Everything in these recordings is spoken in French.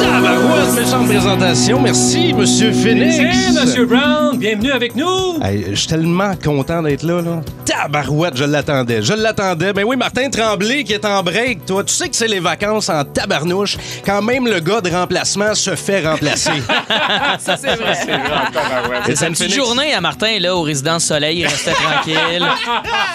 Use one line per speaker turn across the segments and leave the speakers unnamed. Tabarouette, méchante présentation. Merci, Monsieur Phoenix.
Merci, Monsieur Brown. Bienvenue avec nous.
Hey, je suis tellement content d'être là, là. Tabarouette, je l'attendais. Je l'attendais. Ben oui, Martin Tremblay qui est en break, toi. Tu sais que c'est les vacances en tabarnouche quand même le gars de remplacement se fait remplacer.
Ça, c'est vrai.
ben
C'est
ça
une
me
petite
finit.
journée à Martin, là, au résidence Soleil. Il restait tranquille.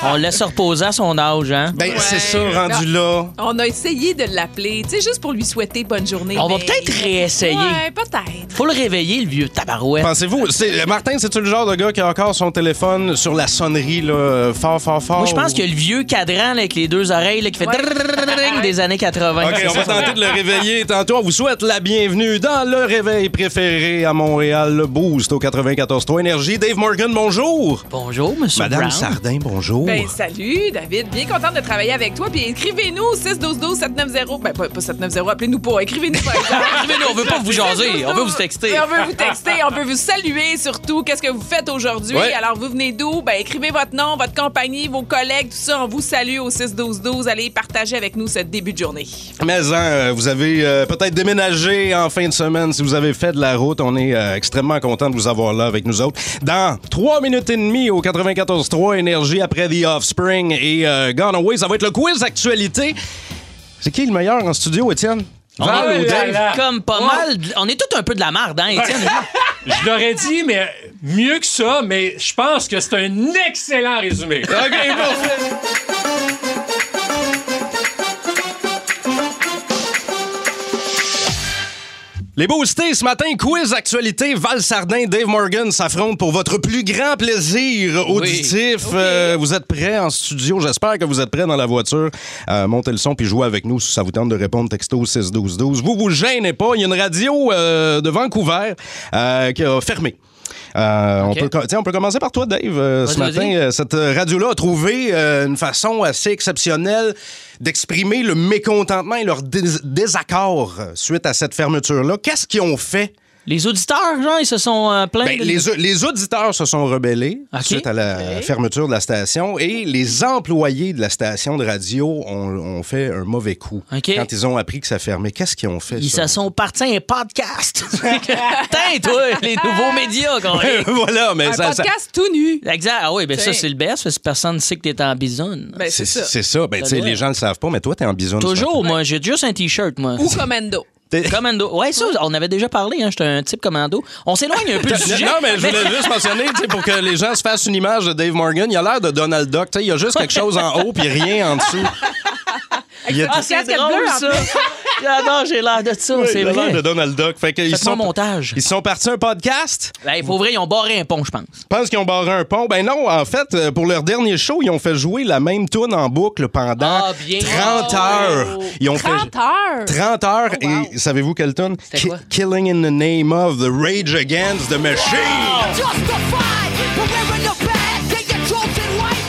On le laisse se reposer à son âge, hein?
ben, c'est ça, rendu là.
On a essayé de l'appeler, tu sais, juste pour lui souhaiter bonne journée.
On va
mais-
peut-être réessayer.
Ouais, peut-être.
Faut le réveiller, le vieux tabarouette.
Pensez-vous, c'est- Martin, c'est-tu le genre de gars qui a encore son téléphone sur la sonnerie, là, fort, fort, fort?
Moi, je pense
ou-
que le vieux cadran là, avec les deux oreilles là, qui fait
Ouais.
drrrrring des années 80.
OK, on va tenter de le réveiller tantôt. On vous souhaite la bienvenue dans le réveil préféré à Montréal, le Boost au 94.3 Énergie. Dave Morgan, bonjour.
Bonjour, monsieur
Madame
Brown.
Sardin, bonjour.
Ben, salut, David. Bien contente de travailler avec toi. Puis écrivez-nous 612-12-790. Ben, pas, pas 790, appelez-nous pas. Écrivez-nous par exemple.
Écrivez-nous, on veut pas vous jaser, on veut vous texter.
Et on veut vous texter, on veut vous saluer surtout. Qu'est-ce que vous faites aujourd'hui?
Ouais.
Alors, vous venez d'où? Ben, écrivez votre nom, votre compagnie, vos collègues, tout ça. On vous salue au 6-12-12. Allez partager avec nous ce début de journée.
Mais hein, euh, vous avez euh, peut-être déménagé en fin de semaine. Si vous avez fait de la route, on est euh, extrêmement content de vous avoir là avec nous autres. Dans trois minutes et demie au 94.3 Énergie après The Offspring et euh, Gone Away, ça va être le quiz actualité. C'est qui le meilleur en studio, Étienne?
On
Val
est
Oh
ou Dave?
comme pas mal. de- On est tous un peu de la marde, hein, Étienne?
Je l'aurais dit, mais mieux que ça, mais je pense que c'est un excellent résumé.
OK, bon. Les boostés, ce matin, quiz actualité, Val Sardin, Dave Morgan s'affrontent pour votre plus grand plaisir auditif. Euh, vous êtes prêts en studio, j'espère que vous êtes prêts dans la voiture. Euh, montez le son puis jouez avec nous si ça vous tente de répondre texto 61212. Vous vous gênez pas, il y a une radio euh, de Vancouver euh, qui a fermé. Euh,
OK.
on, peut, co- tiens, on peut commencer par toi, Dave, euh, ce
Vas-y,
matin.
vas-y.
Euh, Cette euh, radio-là a trouvé euh, une façon assez exceptionnelle d'exprimer le mécontentement et leur dés- désaccord euh, suite à cette fermeture-là. Qu'est-ce qu'ils ont fait?
Les auditeurs, genre, ils se sont euh, plaints.
Ben,
de-
les, au- les auditeurs se sont rebellés
OK.
suite à la fermeture de la station et les employés de la station de radio ont, ont fait un mauvais coup
OK.
quand ils ont appris que ça fermait. Qu'est-ce qu'ils ont fait?
Ils
ça?
se sont partis un podcast. Tain, toi, les nouveaux médias qu'on rit.
voilà, mais
Un
ça- ça-
podcast tout nu.
Exact. Ah oui, ben ça,
Tiens.
c'est le best, parce que personne ne sait que t'es en bisoune.
Ben,
c'est
c'est ça.
c'est ça. Ben, tu sais,
doit.
les gens le savent pas, mais toi, t'es en bisoune.
Toujours, moi, j'ai juste un T-shirt, moi.
Ou commando.
Commando. Ouais, ça, on avait déjà parlé, hein, j'étais un type commando. On s'éloigne un peu du sujet.
Non, mais je voulais juste mentionner, tu sais, pour que les gens se fassent une image de Dave Morgan, il a l'air de Donald Duck. tu sais, Il y a juste quelque chose en haut puis rien en dessous. Il y a
Ah, c'est
Casquette
drôle,
bleue, en
ça. J'adore, j'ai l'air de ça, c'est
il a l'air de
vrai.
Donald Duck. Fait qu'ils
Faites-moi
sont,
un montage.
ils sont partis un podcast.
Ben, pour vrai, ils ont barré un pont, je pense.
Je pense qu'ils ont barré un pont. Ben non, en fait, euh, pour leur dernier show, ils ont fait jouer la même tune en boucle pendant
Ah, bien. Oh.
30 heures. Ils ont
30
fait
heures.
30 heures Oh, et savez-vous quelle tune?
C'était
Ki-
quoi?
Killing in the Name of the Rage Against the Machine.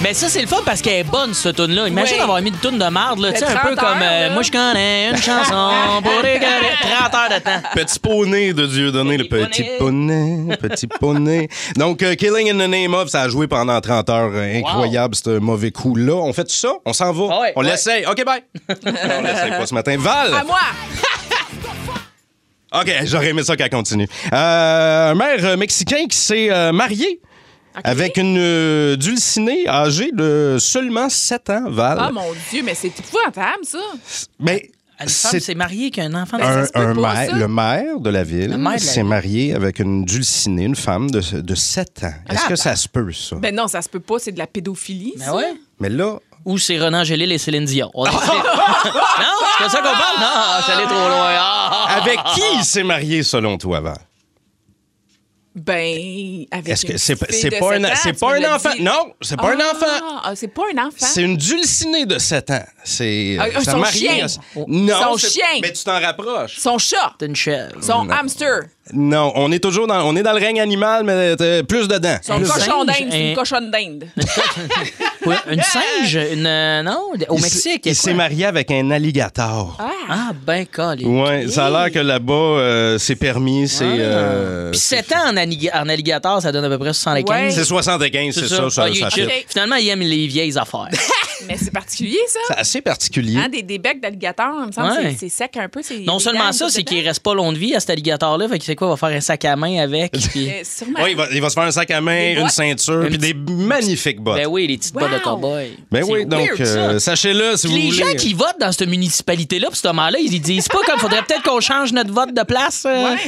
Mais Ben, ça, c'est le fun parce qu'elle est bonne, ce tune-là. Imagine
Oui.
avoir mis une tune de marde, là. Tu sais,
Fait
un peu
30
comme euh,
heures, là.
Moi, je connais une chanson pour rigoler. 30 heures de temps.
Petit poney de Dieu donné, le petit
Petit
poney, petit poney. Donc, euh, Killing in the Name of, ça a joué pendant 30 heures. Euh, Incroyable, ce mauvais coup-là. On fait tout ça? On s'en va?
Ah ouais,
on
ouais.
l'essaye. OK, bye. Non, on l'essaye pas ce matin.
À
Val!
moi.
OK, j'aurais aimé ça qu'elle continue. Euh, un maire euh, mexicain qui s'est euh, marié. Avec une euh, dulcinée âgée de seulement 7 ans, Val.
Ah, mon Dieu, mais c'est épouvantable, ça.
Mais
Une femme
c'est
s'est mariée avec un enfant de
un,
Ah, ça se peut
un
pas,
maire-
ça.
le maire de la ville
maire de la
s'est
ville.
marié avec une dulcinée, une femme de, de 7 ans. Est-ce
Ah,
que ça se peut, ça?
Ben non, ça se peut pas, c'est de la pédophilie.
Ben
ça.
ouais.
Mais là,
ou c'est Renan Angélil et Céline Dion. On- non,
Ah.
c'est pas ça qu'on parle? Non, ah, je suis allé trop loin. Ah.
Avec qui il s'est marié selon toi avant?
Ben, avec.
Est-ce que
une
c'est,
petite
c'est
fille de
pas un,
sept ans,
c'est
tu
pas
me
un
l'as
enfant?
dit.
Non, c'est pas un
Ah,
enfant.
Ah, c'est pas un enfant.
C'est une dulcinée de 7 ans. C'est euh,
Ah,
ça
son
marie-
chien. Oh.
Oh.
Non,
Son
c'est-
chien.
Mais tu t'en rapproches.
Son chat.
C'est une chèvre.
Son hamster.
Non, on est toujours dans, on est dans le règne animal, mais euh, plus dedans.
Son
Un
Plus-
cochon
singe, hein.
d'Inde. C'est
un-
une cochonne d'Inde.
Ouais, Une singe? Une, euh, non, au
Il s'est-
Mexique.
Il
quoi?
s'est marié avec un alligator.
Ah, ben, collé.
Ouais, ça a l'air que là-bas, euh, c'est permis,
Ah.
c'est. euh,
Puis 7 ans en, allig- en alligator, ça donne à peu près 75.
c'est 75, c'est ça,
Ah,
ça,
il est
ça
chill.
fit.
fit.
Finalement, il aime les vieilles affaires.
Mais c'est particulier, ça.
C'est assez particulier.
Hein, des, des becs d'alligator, il me semble.
Ouais.
c'est- C'est sec un peu. c'est-
non
les
seulement
dents,
ça,
tout
c'est
dedans.
qu'il reste pas long de vie à cet alligator-là. Fait que c'est quoi, il va faire un sac à main avec. puis-
Euh, sûrement.
Ouais, il, va, il va se faire un sac à main,
Des
une
bottes.
ceinture,
Une
puis des magnifiques bottes.
ben oui, les petites bottes de
Wow.
cowboy.
Ben
C'est
oui, donc
weird, ça.
euh, sachez-le si
Puis
vous
les
voulez. euh,
gens qui votent dans cette municipalité-là, puis ce moment-là, ils disent pas comme faudrait peut-être qu'on change notre vote de place. euh.
Ouais.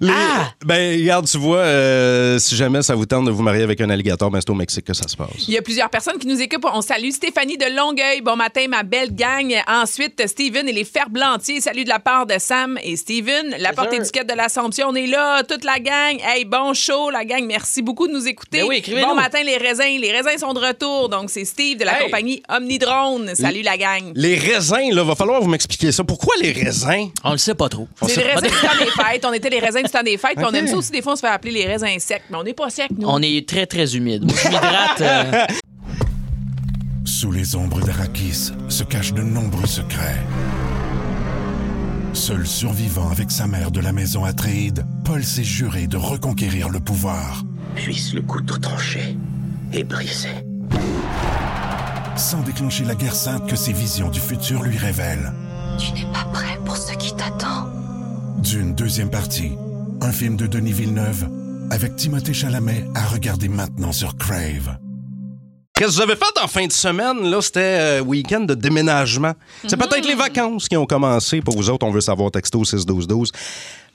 Les-
Ah!
Ben regarde, tu vois, euh, si jamais ça vous tente de vous marier avec un alligator, ben c'est au Mexique que ça se passe.
Il y a plusieurs personnes qui nous écoutent. On salue Stéphanie de Longueuil. Bon matin, ma belle gang. Ensuite, Steven et les Ferblantiers. Salut de la part de Sam et Steven. La porte éduquette de l'Assomption, on est là. Toute la gang. Hey, bon show, la gang. Merci beaucoup de nous écouter.
Ben oui, écrivez-nous.
bon matin, les raisins. Les raisins sont de retour. Donc, c'est Steve de la
Hey.
compagnie Omnidrone. Salut, la gang.
Les raisins, là, va falloir vous m'expliquer ça. Pourquoi les raisins?
On le sait pas trop.
C'est les raisins du temps des fêtes. On était les raisins du temps des fêtes. puis
Ok.
on aime ça aussi. Des fois, on se fait appeler les raisins secs. Mais on n'est pas secs, nous.
On est très, très humide. Moi, je m'hydrate. euh,
Sous les ombres d'Arakis se cachent de nombreux secrets. Seul survivant avec sa mère de la maison Atréide, Paul s'est juré de reconquérir le pouvoir.
puisse le couteau tranché et brisé.
sans déclencher la guerre sainte que ses visions du futur lui révèlent.
Tu n'es pas prêt pour ce qui t'attend.
D'une deuxième partie, un film de Denis Villeneuve avec Timothée Chalamet à regarder maintenant sur Crave.
Qu'est-ce que vous avez fait en fin de semaine? Là, c'était euh, week-end de déménagement. C'est
Mm-hmm.
peut-être les vacances qui ont commencé. Pour vous autres, on veut savoir texto 6-12-12.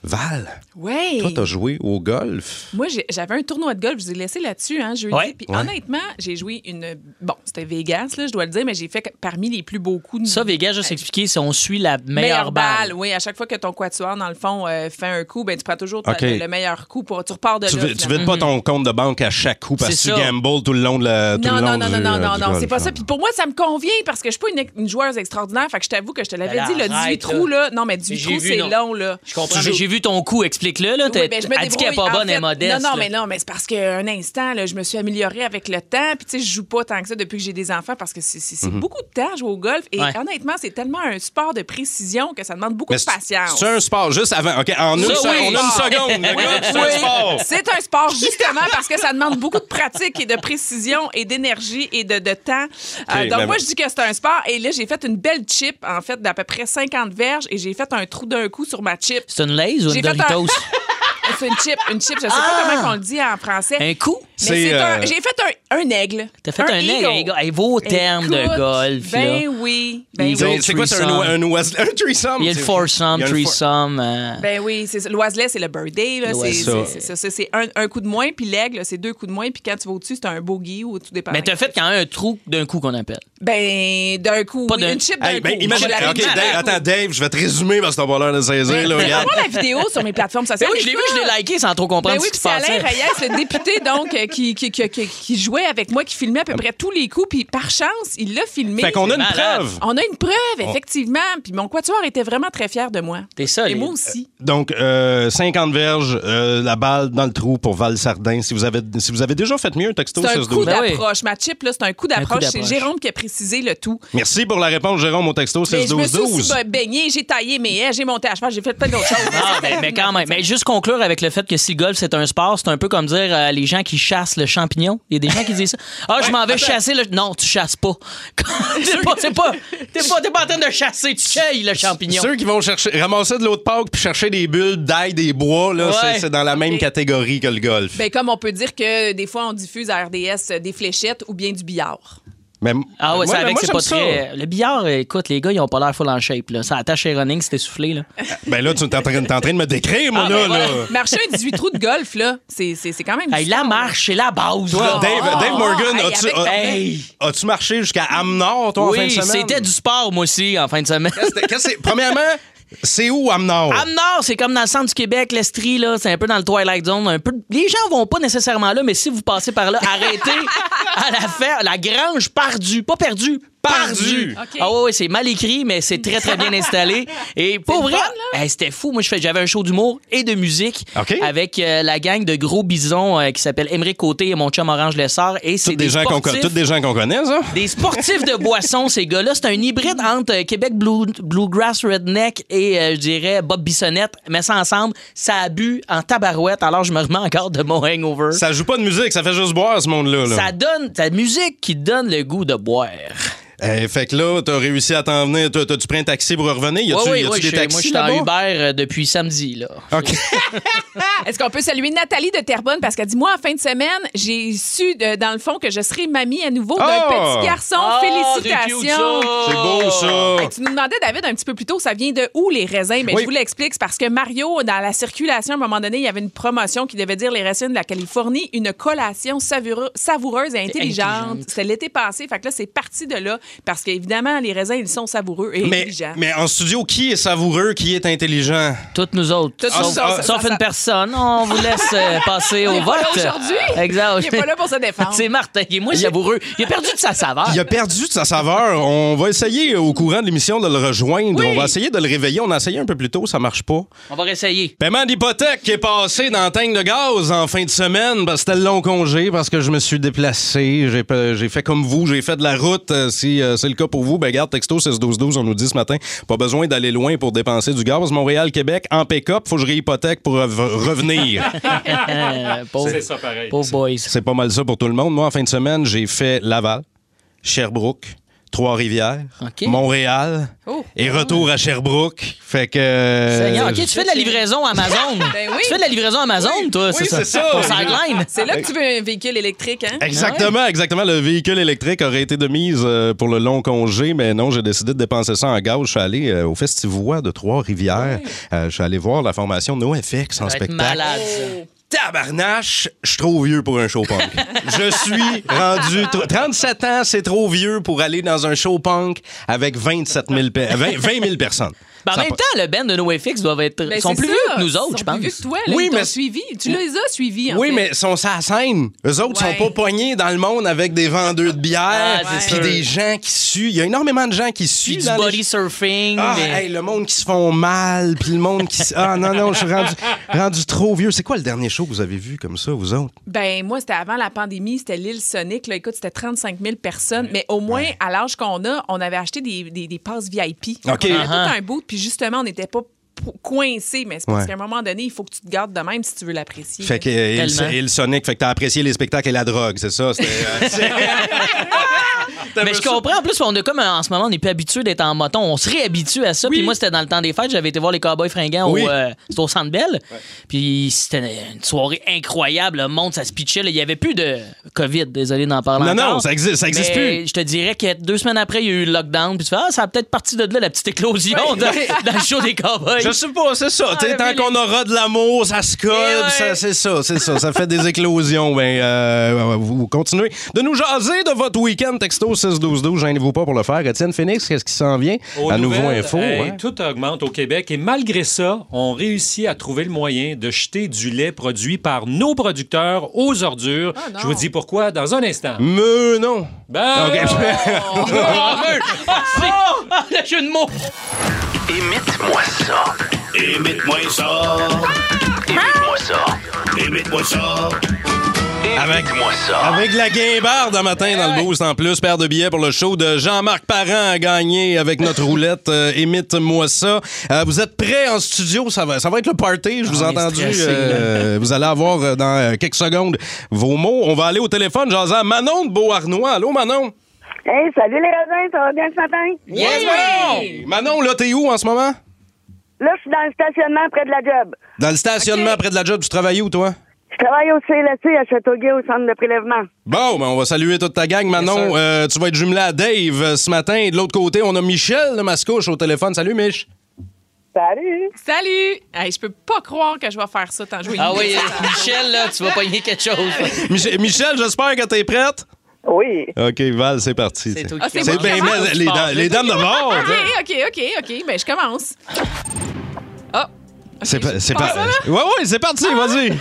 Val,
Ouais.
toi, t'as joué au golf.
Moi, j'ai- j'avais un tournoi de golf, je vous ai laissé là-dessus, hein, jeudi.
Ouais.
Puis
Ouais.
honnêtement, j'ai joué une. Bon, c'était Vegas, là, je dois le dire, mais j'ai fait que- parmi les plus beaux coups. de-
ça, Vega, juste expliquer, si on suit la meilleure,
Meilleure
balle.
balle. Oui, à chaque fois que ton quatuor, dans le fond, euh, fait un coup, ben, tu prends toujours ta-
OK.
le meilleur coup. Pour, tu repars de
Tu,
là.
vi- tu
finalement.
vides pas ton compte de banque à chaque coup parce que
Mm-hmm. C'est
tu
ça.
gambles tout le long de la. tout
Non,
le long
non, non, non,
du,
non,
euh,
non,
du
non,
golf,
c'est pas
là.
ça. Puis pour moi, ça me convient parce que je suis pas une, une joueuse extraordinaire. Fait que je t'avoue que je te l'avais
Ben
dit, le 18
arrête,
trous, là. Non, mais 18
J'ai
trous,
vu,
c'est
non.
long, là.
Je comprends, mais j'ai vu ton coup. Explique-le. Là, T'as-
Oui, ben, je me
elle dit qu'elle est
débrouille.
pas
En
bonne, elle est
fait,
modeste.
Non, non,
là.
mais non, mais c'est parce qu'un instant, là, je me suis améliorée avec le temps. Puis, tu sais, je joue pas tant que ça depuis que j'ai des enfants parce que c'est c'est- c'est beaucoup de temps à jouer au golf. Et
Mhm. Ouais.
honnêtement, c'est tellement un sport de précision que ça demande beaucoup
Mais
de
c'est-
patience. Ah.
C'est un sport, juste avant. OK, en une,
Ça,
se-
oui.
on a une seconde. le golf, c'est un sport.
C'est un sport, justement, parce que ça demande beaucoup de pratique et de précision et d'énergie et de, de temps. Euh,
Ok,
donc,
ben
moi,
oui.
je dis que c'est un sport. Et là, j'ai fait une belle chip, en fait, d'à peu près 50 verges et j'ai fait un trou d'un coup sur ma chip.
C'est une laise ou une
J'ai fait un-
Doritos?
C'est une chip, une chip. Je sais
Ah!
pas comment on le dit en français.
Un coup?
Mais
C'est,
c'est un-
euh,
J'ai fait un, un aigle.
T'as fait un, aigle, un aigle. Hey, vos termes de
Écoute,
golf.
Ben
là.
oui. Ben
Ils
oui.
ont-
C'est- C'est quoi, c'est un,
threesome.
oi- un oiselet? Un threesome?
Il y a le
c'est-
foursome,
il y a le four-
threesome. euh,
Ben oui, c'est ça. l'oiselet, c'est le birthday. là. C'est-
L'oiselet.
c'est- c'est ça, C'est c'est un, un coup de moins, puis l'aigle, c'est deux coups de moins, puis quand tu vas au-dessus, c'est un bogey ou tout dépend.
Mais t'as fait quand même un trou d'un coup qu'on appelle.
Ben, d'un coup,
Pas
oui,
d'un-
une chip d'un
Hey, ben,
coup.
imagine,
Je l'avais
OK,
dit.
Dave, attends, Dave, je vais te résumer parce que t'as pas l'air de saisir, là,
Mais
regarde.
voir la vidéo sur mes plateformes
Ben
sociales.
oui, je l'ai vu, je l'ai
écoute.
liké sans trop comprendre
Ben oui,
ce qui
puis
se
c'est Alain
passait.
Reyes, le député, donc, euh, qui, qui, qui, qui- qui jouait avec moi, qui filmait à peu près tous les coups, puis par chance, il l'a filmé.
Fait qu'on a une
malade.
preuve.
On a une preuve, effectivement. Puis mon quatuor était vraiment très fier de moi.
T'es ça,
Et
les-
moi aussi.
Donc, euh, 50 verges, euh, la balle dans le trou pour Val Sardin. Si vous avez, si vous avez déjà fait mieux, texto
C'est un
16
coup
12
Ben oui.
d'approche. Ma chip, là, c'est un coup d'approche. C'est
d'approche.
Jérôme qui a précisé le tout.
Merci pour la réponse, Jérôme, au texto
Mais
16
je me
12
suis aussi
12
ba- baignée, j'ai taillé mes haies, j'ai monté à cheval, j'ai fait plein d'autres choses.
Ah, ben, mais quand même. Mais juste conclure avec le fait que si le golf c'est un sport, c'est un peu comme dire euh, les gens qui chassent le champignon. Il y a des gens qui disent ça. Ah, je m'en vais chasser le. Non, tu chasses pas. t'es pas, t'es pas, t'es pas, t'es pas en train de chasser, tu cueilles le champignon.
Ceux qui vont chercher, ramasser de l'eau de Pâques puis chercher des bulles d'ail, des bois, là,
Ouais.
c'est- c'est dans la même catégorie que le golf.
Ben, comme on peut dire que des fois, on diffuse à RDS euh, des fléchettes ou bien du billard.
Mais m-
Ah ouais,
moi,
c'est avec,
moi,
c'est
j'aime
pas
ça.
très. Le billard, euh, écoute, les gars, ils ont pas l'air full en shape. Là. Ça attache les running, c'était soufflé. Là.
Ben là, tu t'es en, train- t'es en train de me décrire, mon
Ah,
gars,
ben
là.
voilà.
Marcher 18 trous de golf, là, c'est c'est- c'est quand même.
Hey,
du
la
sport,
marche, c'est la base.
Toi,
là.
Dave, Dave Morgan,
Ah, hey,
as-tu ah,
avec ton-
as-
Hey.
as-tu marché jusqu'à Amnor, toi, en fin de
Oui,
semaine?
c'était du sport, moi aussi, en fin de semaine. Ah,
C'était- qu'est-ce que c'est- Premièrement, c'est où Amnor?
Amnor, c'est comme dans le centre du Québec, l'Estrie, là, c'est un peu dans le Twilight Zone. Un peu... Les gens vont pas nécessairement là, mais si vous passez par là, arrêtez à la faire. La grange pardue, pas perdue, pardue.
Pardue.
OK.
Ah ouais, ouais, c'est mal écrit, mais c'est très, très bien installé. Et pour vrai, hey, c'était fou. Moi, je fais- j'avais un show d'humour et de musique
OK.
avec euh, la gang de gros bisons euh, qui s'appelle Émeric Côté et mon chum Orange Lessard. Et c'est
Toutes des, gens qu'on,
sportifs.
toutes des gens qu'on connaît, ça?
Des sportifs de boisson, ces gars-là. C'est un hybride entre euh, Québec Blue, Bluegrass Redneck et, euh, je dirais, Bob Bissonnette. Mais ça ensemble, ça a bu en tabarouette. Alors, je me remets encore de mon hangover. Ça,
Ça joue pas de musique, ça fait juste boire, ce monde-là. là.
donne, c'est la musique qui donne le goût de boire.
Eh, fait que là, t'as réussi à t'en venir. T'as, t'as-tu pris un taxi pour revenir? Y
Ouais,
a-tu,
ouais,
y a-tu
ouais,
des
je- moi, je
taxis
suis en
là-bas?
Uber euh, depuis samedi, là.
OK.
là. Est-ce qu'on peut saluer Nathalie de Terrebonne? Parce qu'elle dit Moi, en fin de semaine, j'ai su, de- dans le fond, que je serai mamie à nouveau d'un
Oh!
petit garçon.
Ah,
Félicitations!
C'est beau, ça.
Hey, Ben, tu nous demandais, David, un petit peu plus tôt, ça vient de où les raisins? Mais
Oh. Oui.
je vous l'explique, c'est parce que Mario, dans la circulation, à un moment donné, il y avait une promotion qui devait dire les racines de la Californie, une collation savoure- savoureuse et intelligente.
intelligente.
C'était l'été passé, fait que là, c'est parti de là, parce qu'évidemment, les raisins, ils sont savoureux et
Mais,
intelligents.
mais en studio, qui est savoureux, qui est intelligent?
Toutes nous autres.
Toutes
sauf
nous autres.
sauf une personne. On vous laisse euh, passer au
Il est pas
vote.
là aujourd'hui.
Exact.
Il est pas là pour se défendre.
C'est Martin. Il est moins savoureux. Il a perdu de sa saveur.
Il a perdu de sa saveur. On va essayer au courant de l'émission de le rejoindre. On va essayer de le réveiller. On a essayé un peu plus tôt, ça marche pas.
On va réessayer.
Paiement d'hypothèque qui est passé dans la tank de gaz en fin de semaine. parce que c'était le long congé, parce que je me suis déplacé. J'ai pe- J'ai fait comme vous, j'ai fait de la route. Euh, si euh, c'est le cas pour vous, ben garde texto 16-12-12, on nous dit ce matin, pas besoin d'aller loin pour dépenser du gaz. Montréal-Québec, en pick-up, faut que je réhypothèque pour rev- revenir.
Euh, pauvre,
C'est ça, pareil.
pauvre boys.
C'est pas mal ça pour tout le monde. Moi, en fin de semaine, j'ai fait Laval, Sherbrooke, Trois-Rivières,
OK.
Montréal
Oh.
et retour à Sherbrooke. Fait que. euh,
Seigneur, ok, tu fais de la livraison Amazon.
Ben oui.
Tu fais de la livraison Amazon, toi,
oui,
c'est ça.
c'est ça.
Ton sideline.
C'est là que tu veux un véhicule électrique, hein?
Exactement, exactement. Le véhicule électrique aurait été de mise euh, pour le long congé, mais non, j'ai décidé de dépenser ça en gaz. Je suis allé euh, au Festivois de Trois-Rivières. Euh, je suis allé voir la formation NoFX en
Ça va être
spectacle.
malade, ça.
Tabarnache, je suis trop vieux pour un show punk. je suis rendu... tr- 37 ans, c'est trop vieux pour aller dans un show punk avec 27 000, pe- euh, 20, 20 000 personnes.
Ben, en
Ça
même
pas-
temps, le band de NoFX doivent être.
Ben,
ils sont
c'est
plus
ça.
vieux que nous
Ils
autres,
sont
je pense.
Plus vieux que toi, là,
Oui,
ils
mais-
t'ont suivi. Tu les as suivis, en
Oui,
fait.
mais ils sont sa scène. Eux autres
Ouais.
sont pas poignés dans le monde avec des vendeurs de bière,
Ah, c'est
puis
sûr.
des gens qui suent. Il y a énormément de gens qui suent
Puis du
dans les-
body surfing.
Ah,
des-
hey, le monde qui se font mal, puis le monde qui... se- Ah non, non, je suis rendu, rendu trop vieux. C'est quoi le dernier show que vous avez vu comme ça, vous autres?
Ben moi, c'était avant la pandémie, c'était l'île Sonic. Là. Écoute, c'était 35 000 personnes. Mais au moins, à l'âge qu'on a, on avait acheté des, des, des passes VIP.
OK.
On avait
Uh-huh.
Ah.
tout un bout, puis justement, on n'était pas po- coincés. Mais c'est parce
Ouais.
qu'à un moment donné, il faut que tu te gardes de même si tu veux l'apprécier.
Fait que euh, et le-
Tellement.
et le Sonic, fait que t'as apprécié les spectacles et la drogue, c'est ça? C'était, euh, c'est-
Mais je comprends. En plus, on est comme euh, en ce moment, on n'est plus habitué d'être en moton. On se réhabitue à ça. Puis moi, c'était dans le temps des fêtes. J'avais été voir les Cowboys fringants
Oui.
au, euh, c'était au Centre Bell. Puis c'était une soirée incroyable. Ah, Le monde, ça se pitchait. là. Il n'y avait plus de COVID. Désolé d'en parler.
Non, non,
encore.
ça existe- ça existe
Mais
plus.
Je te dirais que deux semaines après, il y a eu le lockdown. Puis tu fais, ah, ça a peut-être parti de là, la petite éclosion dans, dans le show des Cowboys. Ah,
Je sais pas, c'est ça. T'sais, tant
Enlever
qu'on aura de l'amour, ça se colle,
Eh ouais.
pis ça- c'est ça, c'est ça. Ça fait des éclosions. Ben, euh, vous continuez de nous jaser de votre week-end texto 6-12-12. Gênez-vous pas pour le faire. Étienne Phoenix, qu'est-ce qui s'en vient?
Aux
à nouveau
nouvelles,
info.
hey,
hein?
Tout augmente au Québec et malgré ça, on réussit à trouver le moyen de jeter du lait produit par nos producteurs aux ordures.
Ah, non.
Je vous dis pourquoi dans un instant.
Mais non.
Ben,
Ok.
Ah, c'est- ah, le jeu de mots.
Imite-moi ça.
Émette-moi ça,
Imite-moi ça.
émette-moi ça.
Imite-moi ça.
Avec la guimbarde un matin dans le boost en plus, paire de billets pour le show de Jean-Marc Parent à gagner avec notre roulette. Euh, Imite-moi ça. Euh, vous êtes prêts en studio? Ça va, ça va être le party, je vous ai
on est
entendu.
stressé,
Euh, vous allez avoir euh, dans euh, quelques secondes vos mots. On va aller au téléphone, jaser à Manon de Beauharnois. Allô, Manon?
Hey, salut les raisins, ça va bien ce matin?
Yes,
Oh!
Manon! Manon, là, t'es où en ce moment?
Là, je suis dans le stationnement près de la job.
Dans le stationnement près de la job, tu travailles où, toi?
Je travaille au CLSC à Châteauguay au centre de prélèvement.
Bon, ben on va saluer toute ta gang, Manon. Euh, tu vas être jumelé à Dave euh, ce matin. Et de l'autre côté, on a Michel de Mascouche au téléphone. Salut, Mich.
Salut!
Salut! Hey, je peux pas croire que je vais faire ça tant jouer.
Ah oui, Michel, là, tu vas pogner quelque chose.
Mich- Michel, j'espère que t'es prête.
Oui.
OK, Val, c'est parti.
C'est toi
Ah,
qui
c'est moi
bien,
qui
mais
commence,
les, da- les dames de mort.
OK, Ah, OK, OK, OK. Ben, je commence. Ah! OK,
C'est
je
pas. C'est
commence
pas.
ça, Ah. là?
Ouais, ouais, c'est parti, vas-y.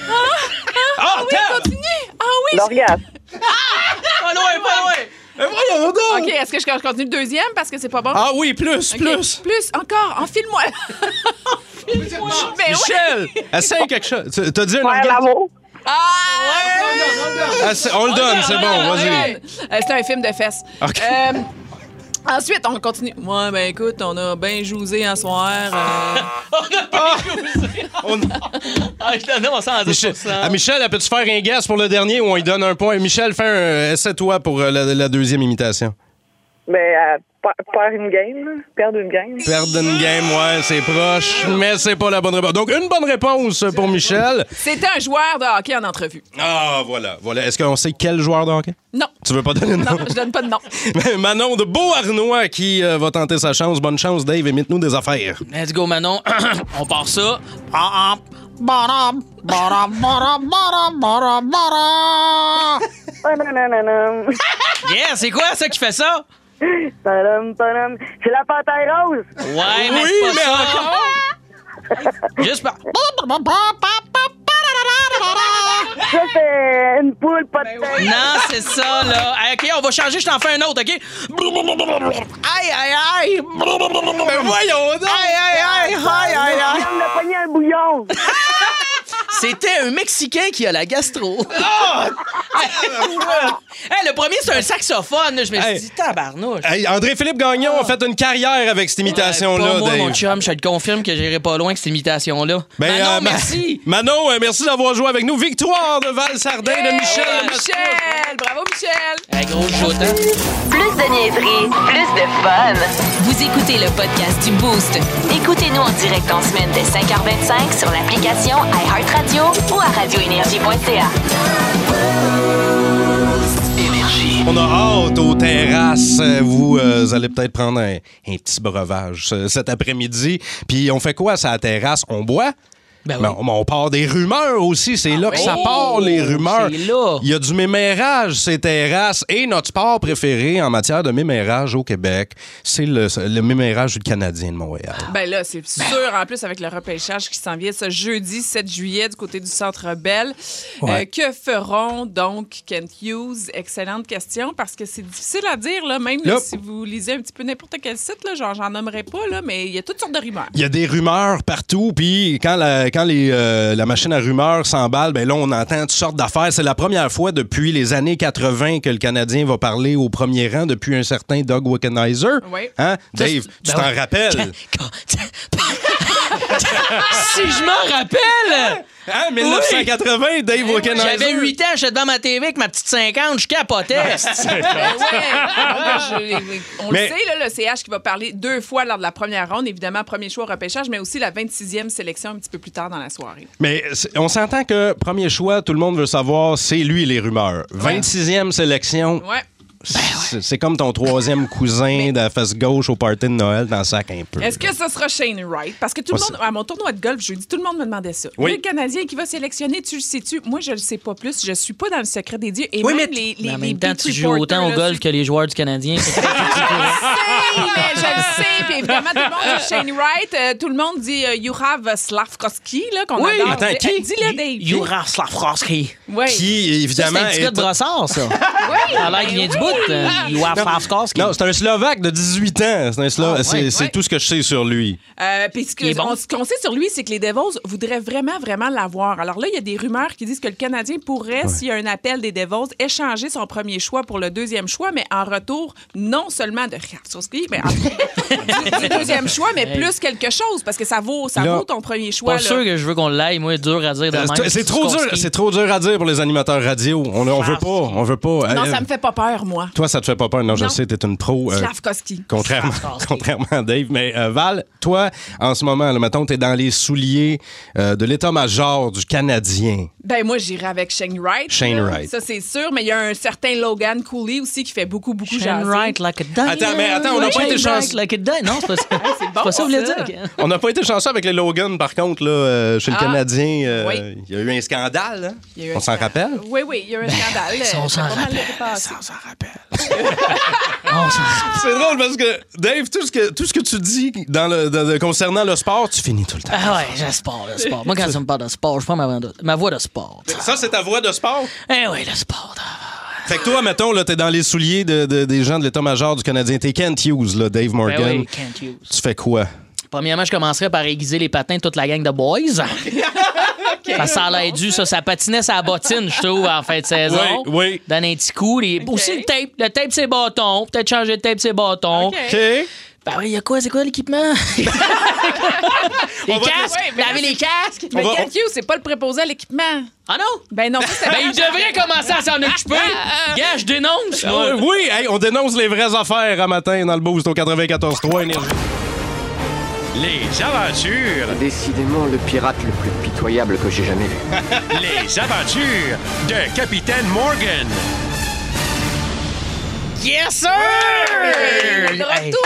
Ah, tape!
Continue! Ah oui!
L'orgasme.
Pas loin, pas loin.
Eh, voyons donc!
OK, est-ce que je continue le deuxième parce que c'est pas bon?
Ah oui, plus,
OK,
plus.
Plus, encore, enfile-moi! enfile-moi! Ben ouais.
Michel, essaye quelque chose. Tu- T'as dit un
Faire
orgasme?
l'amour.
Ah!
Essa- On le donne, c'est bon, vas-y.
Euh, C'est un film de fesses.
OK.
Euh, ensuite, on continue. Ouais, ben écoute, on a bien jousé un soir. euh.
Ah! On-
Ah, je te donne 110
Michel, à Michel, peux-tu faire un guess pour le dernier ou on lui donne un point? Michel, fais un. Essaie-toi pour euh, la, la deuxième imitation.
Mais euh, per- perdre une game, là. perdre une game.
Perdre une game, ouais, c'est proche, mais c'est pas la bonne réponse. Donc, une bonne réponse pour Michel.
C'était un joueur de hockey en entrevue.
Ah, voilà, voilà. Est-ce qu'on sait quel joueur de hockey?
Non.
Tu veux pas donner de nom?
Non, je donne pas de nom.
Manon de Beauharnois qui euh, va tenter sa chance. Bonne chance, Dave, et mette-nous des affaires.
Let's go, Manon. On part ça. Ah, ah. Baram, baram, baram, baram, baram, baram.
Pananananam.
Yeah, c'est quoi ça qui fait ça?
Panam, panam. C'est la panthère rose.
Ouais, mais
Oui,
c'est pas
mais
ça.
encore.
Juste par...
Ça, c'est une poule, pas de tête.
Non, c'est ça, là. Hey, OK, on va changer, je t'en fais un autre, OK? Aïe, aïe, aïe!
Mais
Ben
voyons donc!
Aïe, aïe, aïe! Aïe, aïe,
On
aïe!
vient de pogner un bouillon.
C'était un Mexicain qui a la gastro. Hey, le premier, c'est un saxophone. Je me suis
Hey.
dit, tabarnouche.
Hey, André-Philippe Gagnon a fait une carrière avec cette
Pas
imitation-là,
Ah. moi,
Dave.
mon chum, je te confirme que j'irai pas loin avec cette imitation-là.
Ben,
Manon,
euh, Ma-
merci.
Manon, euh, merci d'avoir joué avec nous. Victoire de Val Sardin, de Michel.
Hey,
Euh,
Mas-
Michel! Bravo, Michel!
Hey, gros shoot, hein?
Plus de niaiserie, plus de fun. Vous écoutez le podcast du Boost. Écoutez-nous en direct en semaine dès 5h25 sur l'application iHeartRadio ou à radioénergie.ca.
On a hâte aux terrasses. Euh, Vous, euh, vous allez peut-être prendre un, un petit breuvage ce- cet après-midi. Puis on fait quoi ça, à la terrasse? On boit?
Ben oui. Ah
Mais on, mais on part des rumeurs aussi. C'est là que ça
oui.
part, les rumeurs.
C'est là.
Il y a du mémérage, ces terrasses. Et notre sport préféré en matière de mémérage au Québec, c'est le, le mémérage du Canadien de Montréal.
Ben là, c'est sûr, en plus, avec le repêchage qui s'en vient ce jeudi 7 juillet du côté du Centre Bell.
Ouais.
Euh, que feront donc Kent Hughes? Excellente question, parce que c'est difficile à dire, là, même là,
Là.
si vous lisez un petit peu n'importe quel site, là, genre, j'en nommerai pas, là, mais il y a toutes sortes de rumeurs.
Il y a des rumeurs partout, puis quand la, quand les, euh, la machine à rumeurs s'emballe, ben là, on entend toutes sortes d'affaires. C'est la première fois depuis les années 80 que le Canadien va parler au premier rang depuis un certain Doug Wickenheiser.
Oui.
Hein? Dave,
c'est-
tu
ben
t'en
oui.
rappelles?
si je m'en rappelle!
Hein? 1980, Dave Wickenheiser.
Ben J'avais 8 ans, j'étais devant ma TV avec ma petite 50, je capotais.
Ben ouais. Non, mais je- on
Ah. Mais-
le sait, là, le CH qui va parler deux fois lors de la première ronde, évidemment, premier choix au repêchage, mais aussi la 26e sélection un petit peu plus tard dans la soirée.
Mais c'est- on s'entend que premier choix, tout le monde veut savoir, c'est lui les rumeurs. 26e sélection,
Ouais.
c'est c'est comme ton troisième cousin de la face gauche au party de Noël dans le sac un peu.
Est-ce que ce sera Shane Wright? Parce que tout le
Moi,
monde, à mon tournoi de golf jeudi, tout le monde me demandait ça.
Oui.
Le Canadien qui va sélectionner, tu le sais-tu? Moi, je le sais pas plus. Je suis pas dans le secret des dieux. Et
Oui,
même
mais-
les, les,
Mais en
les
même temps,
beat
tu joues autant au
reporters, là,
golf que les joueurs du Canadien.
sais, mais ben, je le sais. Puis évidemment, tout le monde dit Shane Wright. Euh, tout le monde dit euh, You have Slavkovski, là, qu'on
Oui.
adore. Euh,
Attends, qui?
Dis-le, Dave.
Juras Lafroski.
Oui.
Qui,
Ça, c'est
évidemment,
un petit gars
est-
de brossard, ça. Ça a l'air qu'il vient
Ben
du bout. euh, Juras Lafroski.
Non, c'est un Slovaque de 18 ans. C'est un Slo-
Ah, ouais,
c'est- c'est
ouais.
tout ce que je sais sur lui.
Euh, puis ce
Il
que-
est bon.
on- ce qu'on sait sur lui, c'est que les Devils voudraient vraiment, vraiment l'avoir. Alors là, il y a des rumeurs qui disent que le Canadien pourrait, s'il y a un appel des Devils, échanger son premier choix pour le deuxième choix, mais en retour, non seulement de Ratsouski, mais en- du, du deuxième choix, mais plus quelque chose, parce que ça vaut, ça
Là,
vaut ton premier choix.
Pas
là.
sûr que je veux qu'on l'aille, moi, dur à dire de même.
Euh, C'est- C'est trop dur,
Slavkovski.
c'est trop dur à dire pour les animateurs radio. On, on veut pas, on veut pas.
Non,
Euh,
ça me fait pas peur, moi. moi.
Toi, ça te fait pas peur. Non, je
Non.
sais, t'es une pro. euh,
Slavkovski.
Contrairement, contrairement à Dave. Mais euh, Val, toi, en ce moment, là, mettons, t'es dans les souliers euh, de l'état-major du Canadien.
Ben moi j'irai avec Shane Wright. là.
Shane Wright.
Ça c'est sûr, mais il y a un certain Logan Cooley aussi qui fait beaucoup beaucoup
Shane
jaser.
Wright like a diamond.
Attends, mais attends, on n'a pas
Shane
été
Wright
chanceux. Ah,
like a diamond. Non, c'est pas ça. c'est
bon,
pas ça que vous voulez
ça.
dire. ok.
On n'a pas été chanceux avec les Logan, par contre, là, euh, chez le
Ah,
Canadien. euh,
oui.
Il y a eu un scandale. hein?
Il y a eu un
On s'en
scandale.
rappelle?
Oui oui, il y a eu un scandale.
ça, on
euh,
s'en
pas mal
rappelle.
dépassé.
s'en rappelle.
On s'en rappelle.
C'est drôle parce que, Dave, tout ce que, tout ce que tu dis dans le, dans le- concernant le sport, tu finis tout le temps.
Ah ouais, j'ai le sport, le sport. Moi, quand tu me parles de sport, je prends ma, voix de- ma voix de sport.
Ça, c'est ta voix de sport?
Eh oui, le sport.
Fait que toi, mettons, là, t'es dans les souliers de- de- des gens de l'état-major du Canadien. T'es Kent Hughes, là, Dave Morgan.
Ben oui, can't use.
Tu fais quoi?
Premièrement, je commencerai par aiguiser les patins de toute la gang de boys. Parce que ça l'a dû, ça. Ça patinait sa bottine, je trouve, en fin de saison.
Oui, oui.
Donner un petit coup. les- Aussi le tape. Le tape, ses bâtons. Peut-être changer de tape, ses bâtons.
OK.
Ben oui, il y a quoi? C'est quoi l'équipement? les
va-
casques.
Ouais, mais
laver
là,
les casques.
Mais
On va-
Ken Hughes, c'est pas le préposé à l'équipement.
Ah non?
Ben non, ça, Ah, c'est
Ben, il devrait commencer à s'en occuper. Gars, je dénonce.
Ben,
moi.
Oui, Ah, oui, hey, on dénonce les vraies affaires à matin dans le boost au 94.3 Énergie.
Les aventures,
Décidément le pirate le plus pitoyable que j'ai jamais vu.
les aventures de Capitaine Morgan.
Yes, sir!
de
Hey.
retour.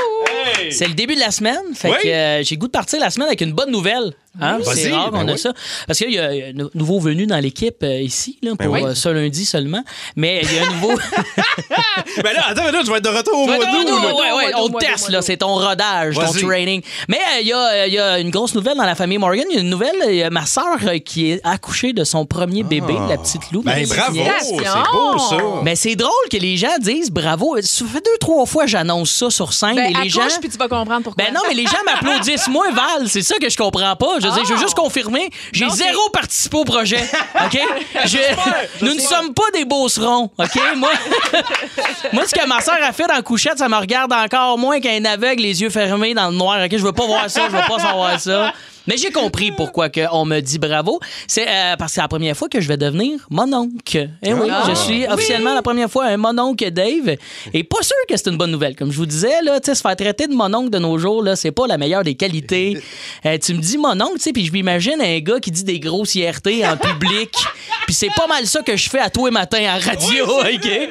C'est le début de la semaine. Fait
Oui.
que euh, j'ai goût de partir la semaine avec une bonne nouvelle. Hein?
Oui.
C'est
Vas-y,
rare
ben
qu'on a
oui.
ça. Parce qu'il y a un nou- nouveau venu dans l'équipe euh, ici, là, pour
Ben oui.
euh, ce lundi seulement. Mais il y a un nouveau.
Ben là, attends, mais là, tu vas être de retour au mois
Ouais,
d'août.
non, non,
là.
ouais, ouais,
Mois d'août,
on
mois
te
d'août,
teste,
mois
là,
d'août.
c'est ton rodage, ton
Vas-y.
training. Mais euh, il y, a, euh, il y a une grosse nouvelle dans la famille Morgan. Il y a une nouvelle, euh, ma soeur qui est accouchée de son premier bébé, la petite Lou.
Ah. Ben
Marie-Pierre.
bravo, c'est beau ça.
Mais c'est drôle que les gens disent bravo. Ça fait deux, trois fois que j'annonce ça sur scène.
Ben,
et les gens...
accroche, puis tu vas comprendre pourquoi.
Ben non, mais les gens m'applaudissent. Moi, Val, c'est ça que je comprends pas. Je veux dire, je veux juste confirmer, j'ai zéro participé au projet. OK? Je- nous ne sommes pas des beaucerons. OK? Moi, moi, ce que ma soeur a fait dans la couchette, ça me regarde encore moins qu'un aveugle, les yeux fermés dans le noir. OK? Je veux pas voir ça, je veux pas savoir ça. Mais j'ai compris pourquoi que on me dit bravo. C'est euh, parce que c'est la première fois que je vais devenir mononcle. Eh oui, je suis officiellement la première fois un mononcle Dave. Et pas sûr que c'est une bonne nouvelle. Comme je vous disais, là, tu sais, se faire traiter de mononcle de nos jours, là, c'est pas la meilleure des qualités. Euh, tu me dis mononcle, tu sais, puis je m'imagine un gars qui dit des grossièretés en public. Puis c'est pas mal ça que je fais à tous les matins en radio, OK? Fait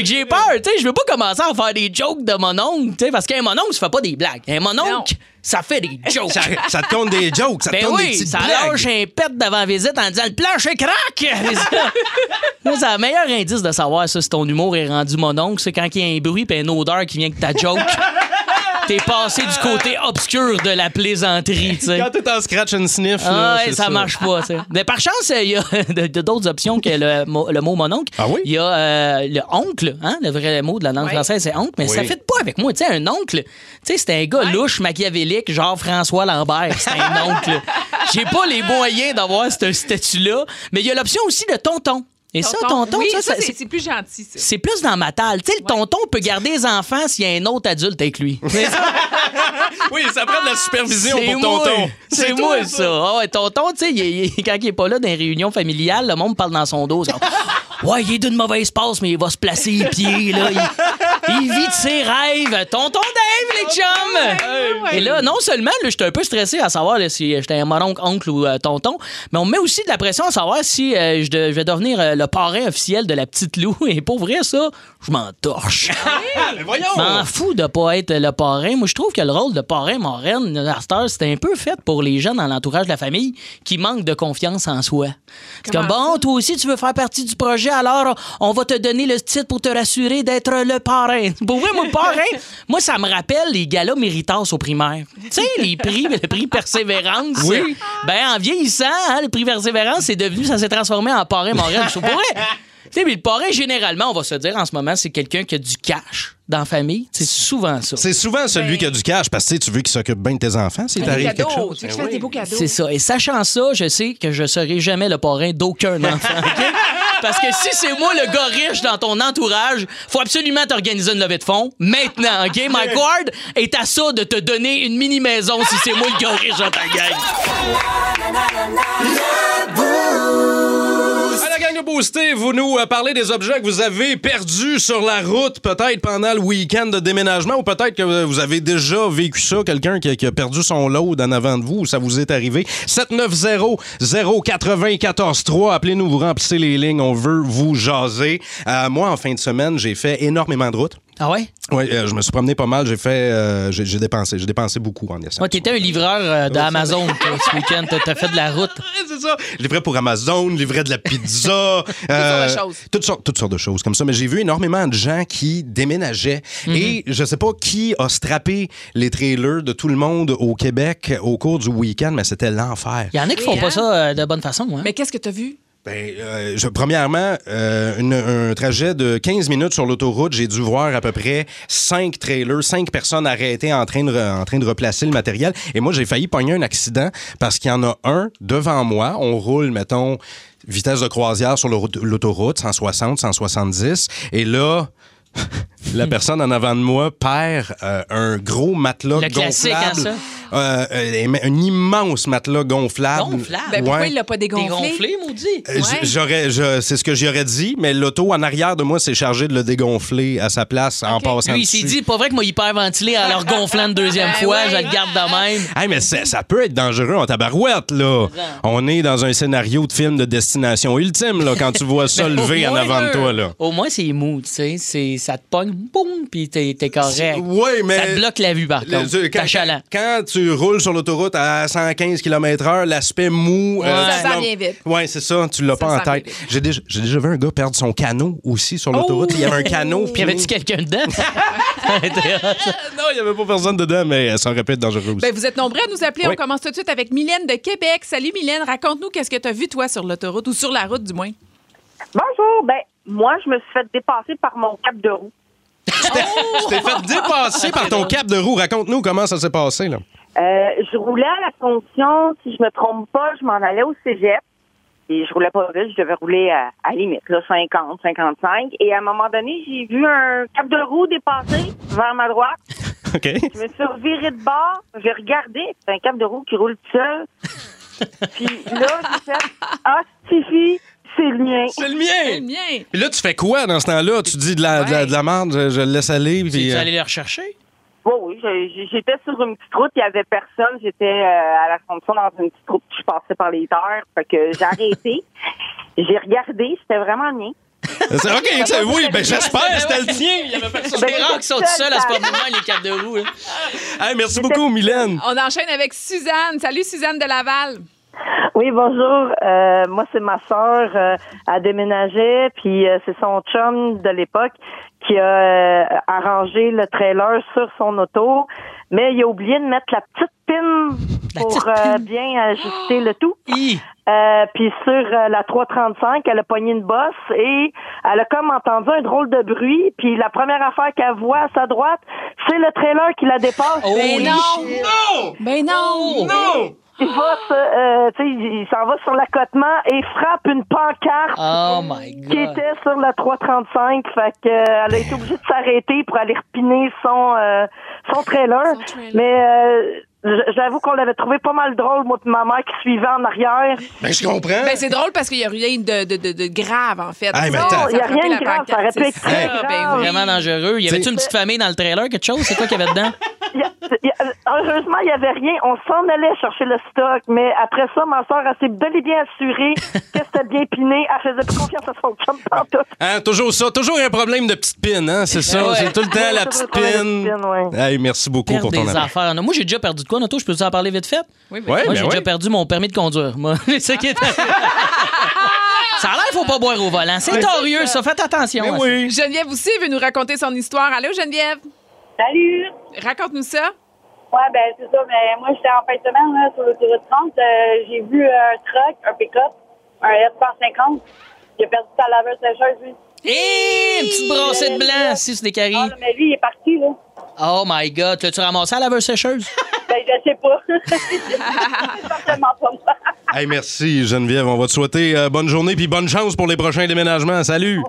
que j'ai peur, tu sais, je veux pas commencer à faire des jokes de mononcle, tu sais, parce qu'un mononcle, ça fait pas des blagues. Un mononcle, ça fait des jokes.
Ça, ça te compte des jokes, ça te
Ben
compte des
oui,
petites
ça
blagues.
lâche un pet devant visite en disant le plancher craque. Mais ça- Moi, c'est le meilleur indice de savoir ça, si ton humour est rendu mononcle, c'est quand il y a un bruit et une odeur qui vient que ta joke. T'es passé du côté obscur de la plaisanterie, tu sais.
Quand t'es en scratch and sniff, là,
Ah ouais,
c'est
ça, marche pas, tu sais. Mais par chance, euh, il y a de- de- d'autres options que le, mo- le mot mononcle.
Ah oui?
Il y a euh, le oncle, hein, le vrai mot de la langue française, c'est oncle, mais ça
Oui.
fait pas avec moi. Tu sais, un oncle, tu sais, c'est un gars louche, machiavélique, genre François Lambert. C'est un oncle. J'ai pas les moyens d'avoir ce statut-là, mais il y a l'option aussi de tonton. Et ça, tonton,
oui,
ça, ça-
c'est c'est plus gentil, ça.
c'est plus dans ma table. Tu sais, le tonton peut garder les enfants s'il y a un autre adulte avec lui.
Oui, ça prend de la supervision
C'est
pour
moi.
tonton.
C'est moi, ça. Ah ouais, tonton, tu sais, il- il- quand il est pas là dans les réunions familiales, le monde parle dans son dos. c'est comme, ouais, il est d'une mauvaise passe, mais il va se placer les pieds, là. Il, il vit de ses rêves. Tonton Dave, les chums! Et là, non seulement, là, j'étais un peu stressé à savoir là, si j'étais un moroncle, oncle ou euh, tonton, mais on me met aussi de la pression à savoir si euh, je, de- je vais devenir euh, le parrain officiel de la petite Lou. Et pour vrai, ça, je m'en torche. Ah,
Mais voyons.
M'en fous de pas être le parrain. Moi, je trouve que le rôle de parrain, marraine, à cette heure, c'était un peu fait pour les gens dans l'entourage de la famille qui manquent de confiance en soi. C'est comme, bon, toi aussi, tu veux faire partie du projet, alors on va te donner le titre pour te rassurer d'être le parrain. Pour vrai, moi, parrain, moi, ça me rappelle les galas méritas au primaire. Tu sais, les prix, le prix persévérance.
Oui.
Ben, en vieillissant, hein, le prix persévérance, c'est devenu, ça s'est transformé en parrain, marraine. Je trouve, pour vrai, tu sais, mais le parrain, généralement, on va se dire en ce moment, c'est quelqu'un qui a du cash dans la famille. C'est souvent ça.
C'est souvent celui
Ben.
qui a du cash parce que tu sais, tu veux qu'il s'occupe bien de tes enfants s'il
Des
t'arrive quelque
cadeaux,
chose.
tu veux
Ben
que je fasse des beaux cadeaux.
C'est ça. Et sachant ça, je sais que je serai jamais le parrain d'aucun enfant. OK? Parce que si c'est moi le gars riche dans ton entourage, faut absolument t'organiser une levée de fonds maintenant. OK? Mike Ward est à ça de te donner une mini-maison si c'est moi le gars riche dans ta gang.
Ah, la gang nous booster, vous nous euh, parlez des objets que vous avez perdus sur la route, peut-être pendant le week-end de déménagement, ou peut-être que euh, vous avez déjà vécu ça, quelqu'un qui, a- qui a perdu son load en avant de vous, ou ça vous est arrivé. 790-094-3, appelez-nous, vous remplissez les lignes, on veut vous jaser. Euh, moi, en fin de semaine, j'ai fait énormément de route.
Ah ouais?
Oui, je me suis promené pas mal, j'ai fait, euh, j'ai j'ai dépensé, j'ai dépensé beaucoup en essence.
Moi, t'étais un livreur euh, d'Amazon toi, ce week-end. T'as- T'as fait de la route.
c'est ça. Livrais pour Amazon, livrais de la pizza. euh,
sortes de choses.
Toutes sortes, toutes sortes de choses comme ça. Mais j'ai vu énormément de gens qui déménageaient.
Mhm.
Et je sais pas qui a strappé les trailers de tout le monde au Québec au cours du week-end, mais c'était l'enfer.
Il y en a qui
Oui,
font
hein?
pas ça euh, de bonne façon. Hein?
Mais qu'est-ce que t'as vu?
Ben, euh, je- premièrement, euh, une- un trajet de 15 minutes sur l'autoroute, j'ai dû voir à peu près 5 trailers, 5 personnes arrêtées en train, de re- en train de replacer le matériel. Et moi, j'ai failli pogner un accident parce qu'il y en a un devant moi. On roule, mettons, vitesse de croisière sur l'autoroute- l'autoroute, 160, 170. Et là...
Hmm.
La personne en avant de moi perd euh, un gros matelas
Le classique, hein,
gonflable. Euh, euh, un immense matelas gonflable.
Gonflable?
Ben, pourquoi
Ouais.
il l'a pas dégonflé?
Dégonflé, maudit.
Euh, j- J'aurais, je- c'est ce que j'y aurais dit, mais l'auto en arrière de moi s'est chargé de le dégonfler à sa place en passant
Lui, il s'est
dessus.
dit, pas vrai que moi, hyperventilé en leur gonflant une deuxième
Ben
fois,
ouais.
je le garde de même.
Hey, mais ça, ça peut être dangereux en tabarouette, là. On est dans un scénario de film de destination ultime, là, quand tu vois
Ben,
ça lever en avant de toi, là.
Au moins, c'est mou, tu sais. C'est- Ça te pogne, boum, puis t'es t'es correct.
Oui, mais.
Ça te bloque la vue, par
Le-
contre.
tu-
T'es
quand,
chalant.
quand tu roules sur l'autoroute à 115 km/h, l'aspect mou. euh,
Ouais. Ça
s'en
tu l'as-
vient vite.
Ouais, c'est ça, tu l'as
Ça
pas en
s'en
tête.
vient vite.
J'ai déjà, j'ai déjà vu un gars perdre son canot aussi sur l'autoroute. Il y avait un canot.
Puis Oh! y avait-tu quelqu'un dedans?
Non, il n'y avait pas personne dedans, mais ça aurait pu être dangereux aussi.
Ben, vous êtes nombreux à nous appeler.
Oui.
On commence tout de suite avec Mylène de Québec. Salut Mylène, raconte-nous qu'est-ce que t'as vu toi sur l'autoroute ou sur la route du moins.
Bonjour. Ben, moi, je me suis fait dépasser par mon cap de roue.
Oh!
Tu t'es fait dépasser par ton cap de roue. Raconte-nous comment ça s'est passé. Là.
Euh, je roulais à la fonction. Si je me trompe pas, je m'en allais au cégep. Et je roulais pas vite. Je devais rouler à, à limite, là, 50, 55. Et à un moment donné, j'ai vu un cap de roue dépasser vers ma droite.
OK?
Je me suis revirée de bord. J'ai regardé. C'est un cap de roue qui roule tout seul. Puis là, j'ai fait Ah, Tiffy, c'est le mien.
C'est le
C'est le
mien!
mien.
Puis là, tu fais quoi dans ce temps-là? Tu dis de la, de la, de la merde, je, je le laisse aller. Puis,
Tu
euh,
allé les rechercher?
Oui, oui, j'ai- j'ai- j'étais sur une petite route, il y avait personne, j'étais euh, à l'Assomption dans une petite route, puis je passais par les terres, fait que j'ai arrêté, j'ai regardé, c'était vraiment bien.
c'est- OK, c'est- oui, ben j'espère, c'était le tien.
Il y avait personne.
Ben,
C'est rare qu'ils sont
j'étais
tout seuls à ce
seule,
moment les capes de roue. hein.
Hey, merci beaucoup, Mylène.
On enchaîne avec Suzanne. Salut Suzanne de Laval.
Oui, bonjour, Euh, moi c'est ma sœur, euh, elle déménageait, puis euh, c'est son chum de l'époque qui a euh, arrangé le trailer sur son auto, mais il a oublié de mettre la petite pin
La
pour
petite pin.
euh, bien ajuster le tout.
Hi.
Euh, puis sur euh, la 335, elle a pogné une bosse et elle a comme entendu un drôle de bruit. Puis la première affaire qu'elle voit à sa droite, c'est le trailer qui la dépasse.
Oh,
Ben,
les
non! Ben non!
Il va, se- euh, tu sais, il s'en va sur l'accotement et frappe une pancarte
Oh my
qui
God.
était sur la 335. Fait que euh, elle a été obligée de s'arrêter pour aller repiner son euh, son trailer.
Son trailer.
Mais euh, j- j'avoue qu'on l'avait trouvé pas mal drôle, moi pis ma mère qui suivait en arrière.
Ben, je comprends.
Ben, c'est drôle parce qu'il n'y a rien de, de, de, de grave, en fait.
Hey, mais
Ça,
attends.
ça
Il y a
frappait
rien
la
de grave, ça
pancarte,
aurait pu
c'est
être très
ça,
grave.
ben oui.
Vraiment dangereux. Y avait-tu
T'sais-
une petite famille dans le trailer, quelque chose? C'est quoi qu'il y avait dedans?
Il y a- il y a- heureusement, il n'y avait rien. On s'en allait chercher le stock, mais après ça, ma soeur, elle s'est bel et bien assurée que c'était bien piné. Elle faisait plus confiance à son chum pantoute.
Hein, toujours ça, toujours un problème de petite pin, hein, c'est ça?
Ben
ouais.
C'est tout le temps la
Toujours
petite
le problème de
pin.
petite pin,
Hey, merci beaucoup
Perdre
pour ton
des
appel.
affaires. Moi, j'ai déjà perdu de quoi, Noto? Je peux vous en parler vite fait?
Oui, oui.
Ouais,
moi,
ben
j'ai
ouais.
déjà perdu mon permis de conduire. Moi, c'est ça qui est arrivé. Ça a l'air, faut pas boire au volant. C'est torieux, ça. Faites attention.
Ben
à ça.
oui.
hein. Geneviève aussi veut nous raconter son histoire. Allô, Geneviève?
Salut!
Raconte-nous ça.
Ouais, ben c'est ça. Mais moi, j'étais en fin de semaine là, sur l'autoroute 30. euh, j'ai vu un truck, un pick-up, un F-150. J'ai perdu sa laveuse sécheuse, lui.
Hé, une petite brassée de blanc, si c'est des caries.
Ah, là, mais lui, il est parti, là.
Oh my God, l'as-tu ramassé à la laveuse sécheuse?
Ben, je sais pas. c'est certainement pas moi.
Hey, merci, Geneviève. On va te souhaiter euh, bonne journée puis bonne chance pour les prochains déménagements. Salut.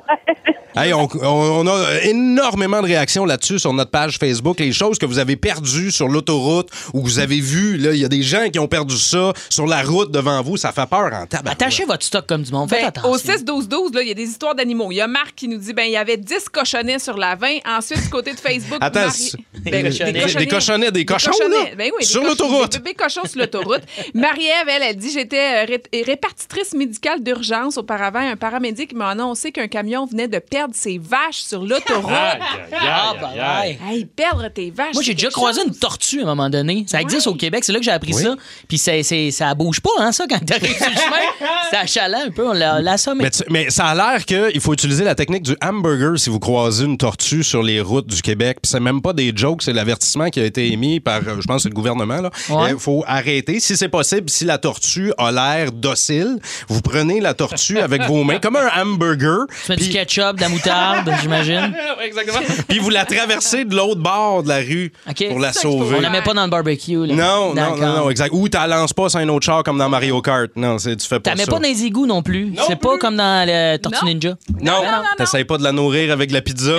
Hey, on, on- on a énormément de réactions là-dessus sur notre page Facebook. Les choses que vous avez perdues sur l'autoroute ou que vous avez vues, là, il y a des gens qui ont perdu ça sur la route devant vous. Ça fait peur en tabac.
Attachez votre stock comme du monde. Faites
Ben,
attention.
au 6-12-12, là, il y a des histoires d'animaux. Il y a Marc qui nous dit ben il y avait 10 cochonnets sur la 20. Ensuite, du côté de Facebook,
Attends,
Marie-
c'est- des cochonnets. Des cochonnets, des cochons, là.
Ben oui, des
Sur
cochons-
l'autoroute.
Des bébés cochons sur l'autoroute. Marie-Ève, elle, elle dit j'étais euh, ré- répartitrice médicale d'urgence auparavant. Un paramédic m'a annoncé qu'un camion venait de perdre ses vaches sur l'autoroute.
Aïe, aïe,
Ah,
aïe,
pareil.
aïe.
Hey, perdre tes vaches.
ben, Moi, j'ai
c'est
déjà
quelque
croisé
chose.
une tortue à un moment donné. Ça existe au Québec, c'est là que j'ai appris ça. Puis ça, c'est- ça bouge pas, hein, ça, quand t'arrives sur le chemin. C'est achalant un peu, on l'a l'a assommé.
Mais, tu- mais ça a l'air qu'il faut utiliser la technique du hamburger si vous croisez une tortue sur les routes du Québec. Puis c'est même pas des jokes, c'est l'avertissement qui a été émis par, euh, je pense, c'est le gouvernement. Il
Ouais.
faut arrêter. Si c'est possible, si la tortue a l'air docile, vous prenez la tortue avec vos mains, comme un hamburger,
Tu mets du ketchup, de la moutarde, j'imagine.
exactement. puis vous la traversez de l'autre bord de la rue
OK.
pour la
C'est ça qu'il faut
sauver.
On la met pas dans le barbecue. Là.
Non, non,
D'accord.
non, non, exact. Ou t'as lances pas sur un autre char comme dans Mario Kart. Non, c'est- tu fais pas
T'en
ça.
mets pas dans les égouts non plus. C'est pas comme dans le Tortue Ninja.
Non, t'essayes pas de la nourrir avec la pizza.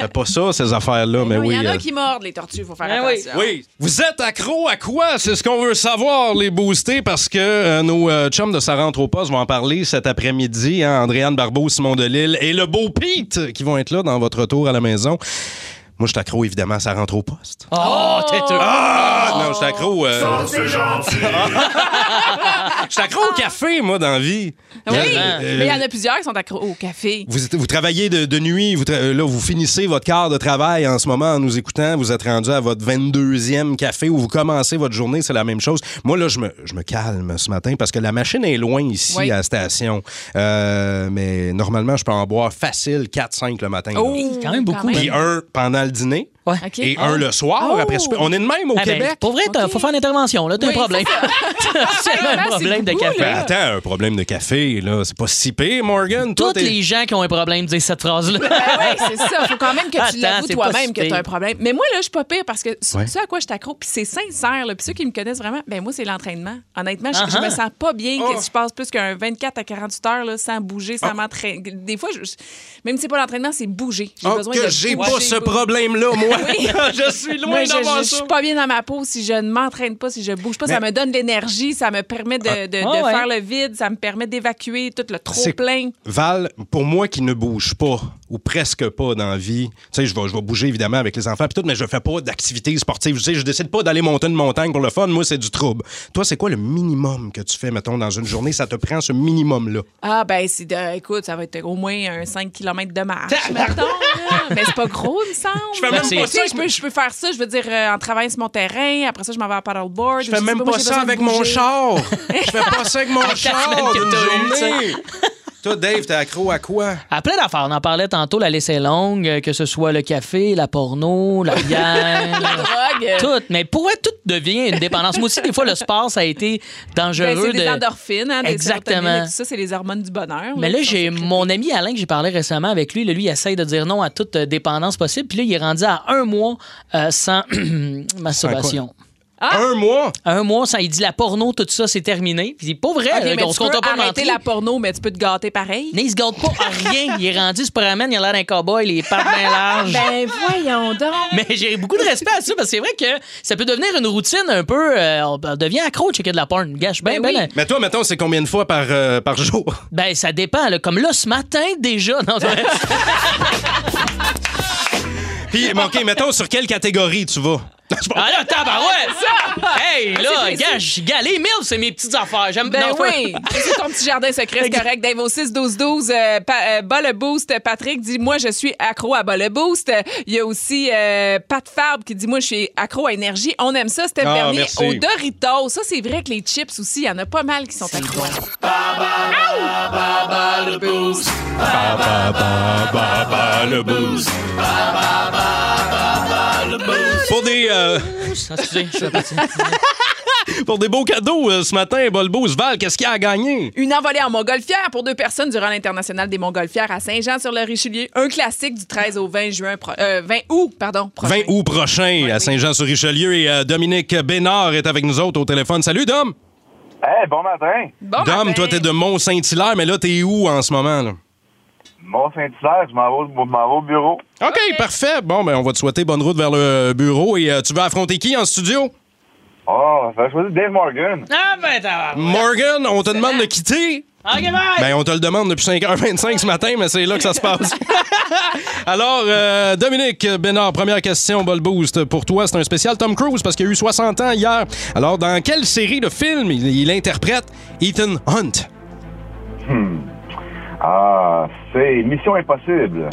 Fais pas ça, ces affaires-là, mais
Non,
oui.
Il y en a
euh,
qui mordent les tortues, il faut faire
Ben oui.
attention.
Oui. Vous êtes accro à quoi? C'est ce qu'on veut savoir, les boostés, parce que euh, nos euh, chums de Ça rentre au poste vont en parler cet après-midi. Hein, Andréane Barbeau, Simon Delille et le beau Pete qui vont être là dans votre retour à la maison. Moi, je t'accro, évidemment, à ça rentre au poste.
Oh, têteux.
Ah! Non, je t'accro. euh, je t'accro au café, moi, dans la vie.
Ah, Oui,
Euh,
mais il y en a plusieurs qui sont accro au café.
Vous, êtes- vous travaillez de, de nuit, vous tra- euh, là, vous finissez votre quart de travail en ce moment en nous écoutant. Vous êtes rendu à votre 22e café où vous commencez votre journée, c'est la même chose. Moi, là, je me, je me calme ce matin parce que la machine est loin ici
Oui.
à la station. Euh, mais normalement, je peux en boire facile 4-5 le matin. là.
Oh, quand même beaucoup.
Puis un pendant le dîner
Ouais.
et un le soir
Oh.
Oh.
après souper. On est de même au
Ah ben,
Québec.
pour vrai, t'as- faut faire une intervention. Là, t'as un problème. T'as un
Vraiment, c'est
problème de
beaucoup,
café.
Ben, attends, un problème de café, là, c'est pas si pire, Morgan. Toi,
Toutes
t'es-
les gens qui ont un problème disent cette phrase-là.
Ben
Ah.
oui, c'est ça. Faut quand même que
Attends,
tu l'avoues
c'est pas
toi-même
si
que tu
pire.
as un problème. Mais moi, là, je suis pas pire parce que ce
Ouais.
ce à quoi je t'accro, puis c'est sincère, là, puis ceux qui me connaissent vraiment, ben moi, c'est l'entraînement. Honnêtement, je, je
Ah-ha.
me
Uh-huh.
sens pas bien
Oh.
que si je passe plus qu'un 24 à 48 heures là, sans bouger,
Ah.
sans m'entraîner. Des fois, je, je- même si c'est pas l'entraînement, c'est bouger. J'ai
Oh,
besoin
que
de
j'ai
bouger,
pas ce
bouger.
problème-là, moi.
Oui.
je suis
Moi,
loin
je,
d'avoir
je- je
ça.
suis pas bien dans ma peau si je ne m'entraîne pas, si je bouge pas. Ça
Mais-
me donne de l'énergie, ça me permet de, de- de
Ah ouais.
faire le vide, ça me permet d'évacuer tout le
C'est-
trop-plein.
Val, pour moi qui ne bouge pas ou presque pas dans la vie, tu sais, je vais, je vais bouger évidemment avec les enfants pis tout, mais je fais pas d'activité sportive. Tu sais, je décide pas d'aller monter une montagne pour le fun. Moi, c'est du trouble. Toi, c'est quoi le minimum que tu fais, mettons, dans une journée? Ça te prend ce minimum-là?
Ah, ben, c'est de. Écoute, ça va être au moins un 5 km de marche. mettons, là. Mais c'est pas gros, il me semble.
Je fais même
Tu sais,
pas ça
Je peux, je peux faire ça, je veux dire, euh, en travaillant sur mon terrain. Après ça, je m'en vais à paddleboard.
Je
ou
fais
sais
même
moi,
pas
j'ai
ça
besoin de
avec mon
bouger. Ben,
char. Je fais pas ça avec mon char
semaine que
d'une
t'as eu,
journée. Toi, Dave, t'es accro à quoi?
À Ah, plein d'affaires. On en parlait tantôt, la laissée longue, euh, que ce soit le café, la porno, la bière.
Drogue.
tout. Mais pour être tout devient une dépendance. Moi aussi, des fois, le sport, ça a été
Ben,
dangereux.
c'est des
de-
endorphines, hein, des
Exactement.
sérotonines et tout ça, c'est les hormones du bonheur.
Mais là,
qui Ah sont
j'ai
sécrétées.
mon ami Alain que j'ai parlé récemment avec lui. Là, lui, il essaye de dire non à toute euh, dépendance possible. Puis là, il est rendu à un mois euh, sans masturbation.
Ah!
Un mois?
Un mois sans. Il dit la porno, tout ça, c'est terminé. Puis il dit, pas vrai,
Ok,
là,
mais
on
tu
se
peux
compte pas
arrêter
mentir.
la porno, mais tu peux te gâter pareil.
Mais il se garde pas à rien. Il est rendu, il se promène, il a l'air d'un cow-boy, les pattes bien larges.
Ben, voyons donc.
Mais j'ai beaucoup de respect à ça parce que c'est vrai que ça peut devenir une routine un peu. euh, on on devient accro de checker de la porn. Gâche ben,
Ben
ben,
oui.
Mais toi, mettons, c'est combien de fois par, euh, par jour?
ben, ça dépend. là. Comme là, ce matin, déjà. Non, c'est vrai.
Puis, OK, mettons, sur quelle catégorie tu vas? C'est pas-
ah là, tabarouette! Hey,
Ah, c'est
là,
précis.
gâche, gars, les milles, c'est mes petites affaires. J'aime
Ben
non, c'est
oui, c'est ton petit jardin secret, c'est correct. Dave au 6-12-12, euh, Pa- euh, Bas le Boost, Patrick dit « Moi, je suis accro à Bas le Boost ». Il y a aussi euh, Pat Fabre qui dit « Moi, je suis accro à Énergie ». On aime ça, c'était le
Ah,
dernier.
merci.
Au Doritos, ça, c'est vrai que les chips aussi, il y en a pas mal qui sont accro.
Pour des... euh,
pas- Excusez, je suis parti.
pour des beaux cadeaux euh, ce matin, Bolbo Val, qu'est-ce qu'il y a à gagner?
Une envolée en montgolfière pour deux personnes durant l'International des montgolfières à Saint-Jean-sur-le-Richelieu. Un classique du 13 au 20 juin, pro- euh, 20 août, pardon. prochain.
20 août prochain à Saint-Jean-sur-Richelieu et euh, Dominique Bénard est avec nous autres au téléphone. Salut Dom!
Eh, bon matin.
Bon
Dom,
matin.
toi t'es de Mont-Saint-Hilaire, mais là t'es où en ce moment? là?
Mont-Saint-Hilaire, je m'en vais, je m'en vais au bureau.
OK, parfait. Bon, ben, on va te souhaiter bonne route vers le bureau. Et euh, tu veux affronter qui en studio?
Ah, ça va choisir Dave Morgan.
Ah, ben, t'as.
Morgan, on te demande de quitter.
Ok, bye!
Ben, on te le demande depuis 5h25 ce matin, mais c'est là que ça se passe. Alors, euh, Dominique Bénard, première question, Bol Boost. Pour toi, c'est un spécial Tom Cruise parce qu'il a eu 60 ans hier. Alors, dans quelle série de films il, il interprète Ethan Hunt?
Hmm. Ah, c'est Mission Impossible.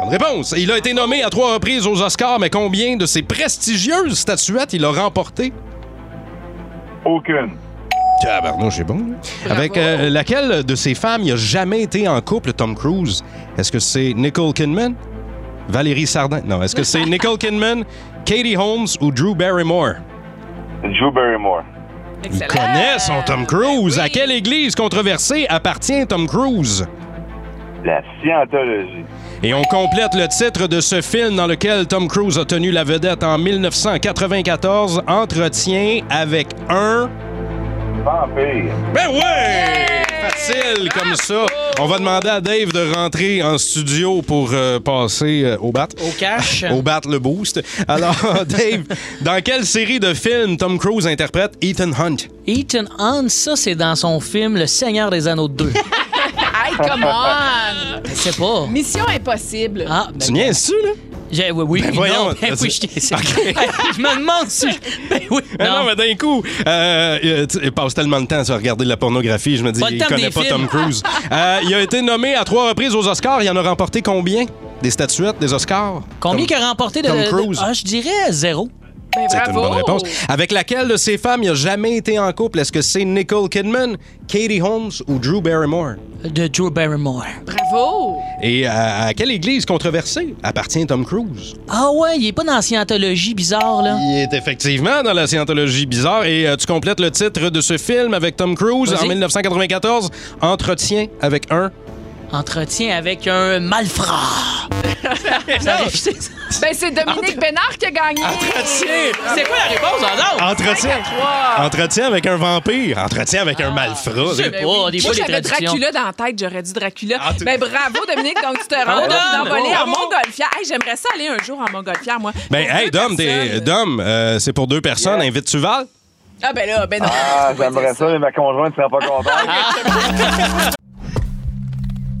Bonne réponse. Il a été nommé à trois reprises aux Oscars, mais combien de ces prestigieuses statuettes il a remporté?
Aucune.
Tabarnouche, c'est bon. hein? Avec euh, laquelle de ces femmes il a jamais été en couple, Tom Cruise? Est-ce que c'est Nicole Kidman? Valérie Sardin? Non, est-ce que c'est Nicole Kidman, Katie Holmes ou Drew Barrymore?
Drew Barrymore.
Il connaît son hein, Tom Cruise. À quelle église controversée appartient Tom Cruise?
La scientologie.
Et on complète le titre de ce film dans lequel Tom Cruise a tenu la vedette en 1994, Entretien avec un...
Vampire.
Ben ouais! Facile
Ah!
comme ça. On va demander à Dave de rentrer en studio pour euh, passer euh, au bat.
Au cash.
au bat le boost. Alors, Dave, dans quelle série de films Tom Cruise interprète Ethan Hunt?
Ethan Hunt, ça, c'est dans son film Le Seigneur des Anneaux 2.
Hey, come on!
Je sais pas.
Mission impossible.
Ah, ben,
Tu niaises-tu, là?
j'ai- oui, oui,
Ben voyons,
non, ben
vas-y.
oui, je t'ai-
Ok.
je me demande si... Ben oui,
Ah non,
non.
mais d'un coup, euh, euh, tu- il passe tellement de temps à se regarder de la pornographie, je me dis,
Pas le
il
temps
connaît
des
pas Tom
films.
Cruise. Euh, il a été nommé à trois reprises aux Oscars. Il en a remporté combien? Des statuettes, des Oscars?
Combien
Tom-
qu'il a remporté de...
Tom
de-
Cruise.
Ah, je dirais zéro.
Ben,
C'est une
bravo.
bonne réponse. Avec laquelle de ces femmes il a jamais été en couple? Est-ce que c'est Nicole Kidman, Katie Holmes ou Drew Barrymore?
De Drew Barrymore.
Bravo.
Et euh, à, à quelle église controversée appartient Tom Cruise?
Ah ouais, il est pas dans la scientologie bizarre, là.
Il est effectivement dans la scientologie bizarre et euh, tu complètes le titre de ce film avec Tom Cruise en
Vas-y.
1994, Entretien avec un
Entretien avec un malfrat. Ça aurait pu- C'est
Ben, c'est Dominique Bénard qui a gagné.
quoi la réponse, Andor?
Entretien. Entretien avec un vampire. Entretien avec un malfrat.
Ah. Je sais
Ben oui.
pas, des
Moi,
fois, les
j'avais
traductions.
Dracula dans la tête, j'aurais dit Dracula.
Ah, tu-
Ben, bravo, Dominique. Donc, tu te
Bravo,
rends
Dom.
d'envoler en
Bravo.
montgolfière. Hey, J'aimerais ça aller un jour en montgolfière, moi.
Ben,
Pour
hey,
deux
Dom, t'es-
personnes.
Dom, euh, c'est pour deux personnes. Invite-tu Val?
Ah, ben là, ben non. Ah,
Ah, j'aimerais ça, mais ma conjointe serait pas contente.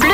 Plus